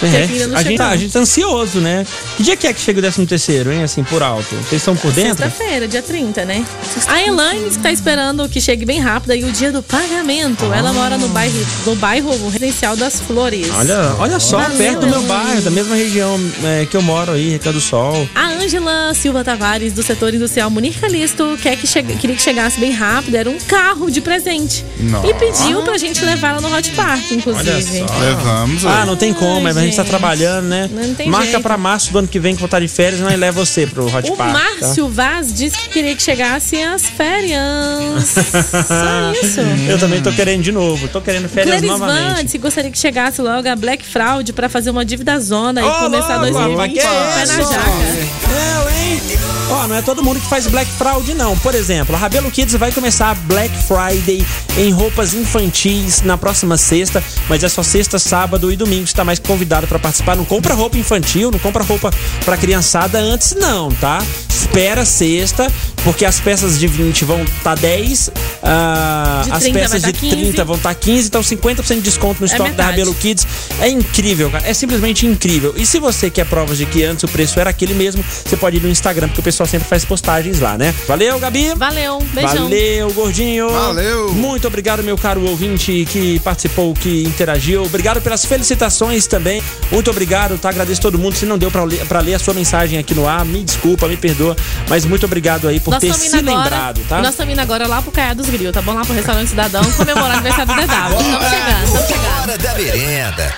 É, Que ainda não a, gente, chegou. tá- a gente tá ansioso, né? Que dia que é que chega o 13 terceiro, hein? Assim, por alto. Vocês estão por dentro? Sexta-feira, dia 30, né? A Elaine está esperando que chegue bem rápido aí o dia do pagamento. Ela mora no bairro, no bairro residencial das Flores. Olha, olha só, Valeu, perto do meu Elaine. bairro, da mesma região é, que eu moro aí, Recanto do Sol. A Ângela Silva Tavares, do setor industrial Munir Calisto, quer que chegue- queria que chegasse bem rápido, era um carro de presente. Nossa. E pediu pra gente levar ela no Hot Park, inclusive. Levamos. Ah, não tem como, mas a gente tá trabalhando, né? Não tem Marca jeito. pra março do ano que vem que vou estar de férias e nós leva você pro Hot O Park. tá? Márcio Vaz disse que queria que chegassem as férias. Só isso. Eu também tô querendo de novo. Tô querendo férias Clarice novamente. Vance gostaria que chegasse logo a Black Fraud pra fazer uma dívida zona e Ô, começar louco, 2020 com o rapaz, pé que é na isso? jaca. Eu, hein? Ó, não é todo mundo que faz Black Friday, não. Por exemplo, a Rabelo Kids vai começar a Black Friday em roupas infantis na próxima sexta, mas é só sexta, sábado e domingo. Você tá mais convidado para participar. Não compra roupa infantil, não compra roupa pra criançada antes, não, tá? Espera sexta, porque as peças de 20 vão tá 10, ah, De as 30 peças vai de tá 15. 30 vão tá 15, então 50% de desconto no É estoque da metade. Rabelo Kids. É incrível, cara. É simplesmente incrível. E se você quer provas de que antes o preço era aquele mesmo, você pode ir no Instagram, porque o pessoal sempre faz postagens lá, né? Valeu, Gabi! Valeu, beijão. Valeu, gordinho. Valeu. Muito obrigado, meu caro ouvinte que participou, que interagiu. Obrigado pelas felicitações também. Muito obrigado, tá? Agradeço todo mundo. Se não deu pra ler, pra ler a sua mensagem aqui no ar, me desculpa, me perdoa. Mas muito obrigado aí por nós ter estamos se indo agora. lembrado, tá? Nós estamos indo agora lá pro Caia dos Grill, tá bom? Lá pro restaurante Cidadão comemorar o aniversário do DW. Estamos chegando, estamos chegando. Hora da merenda.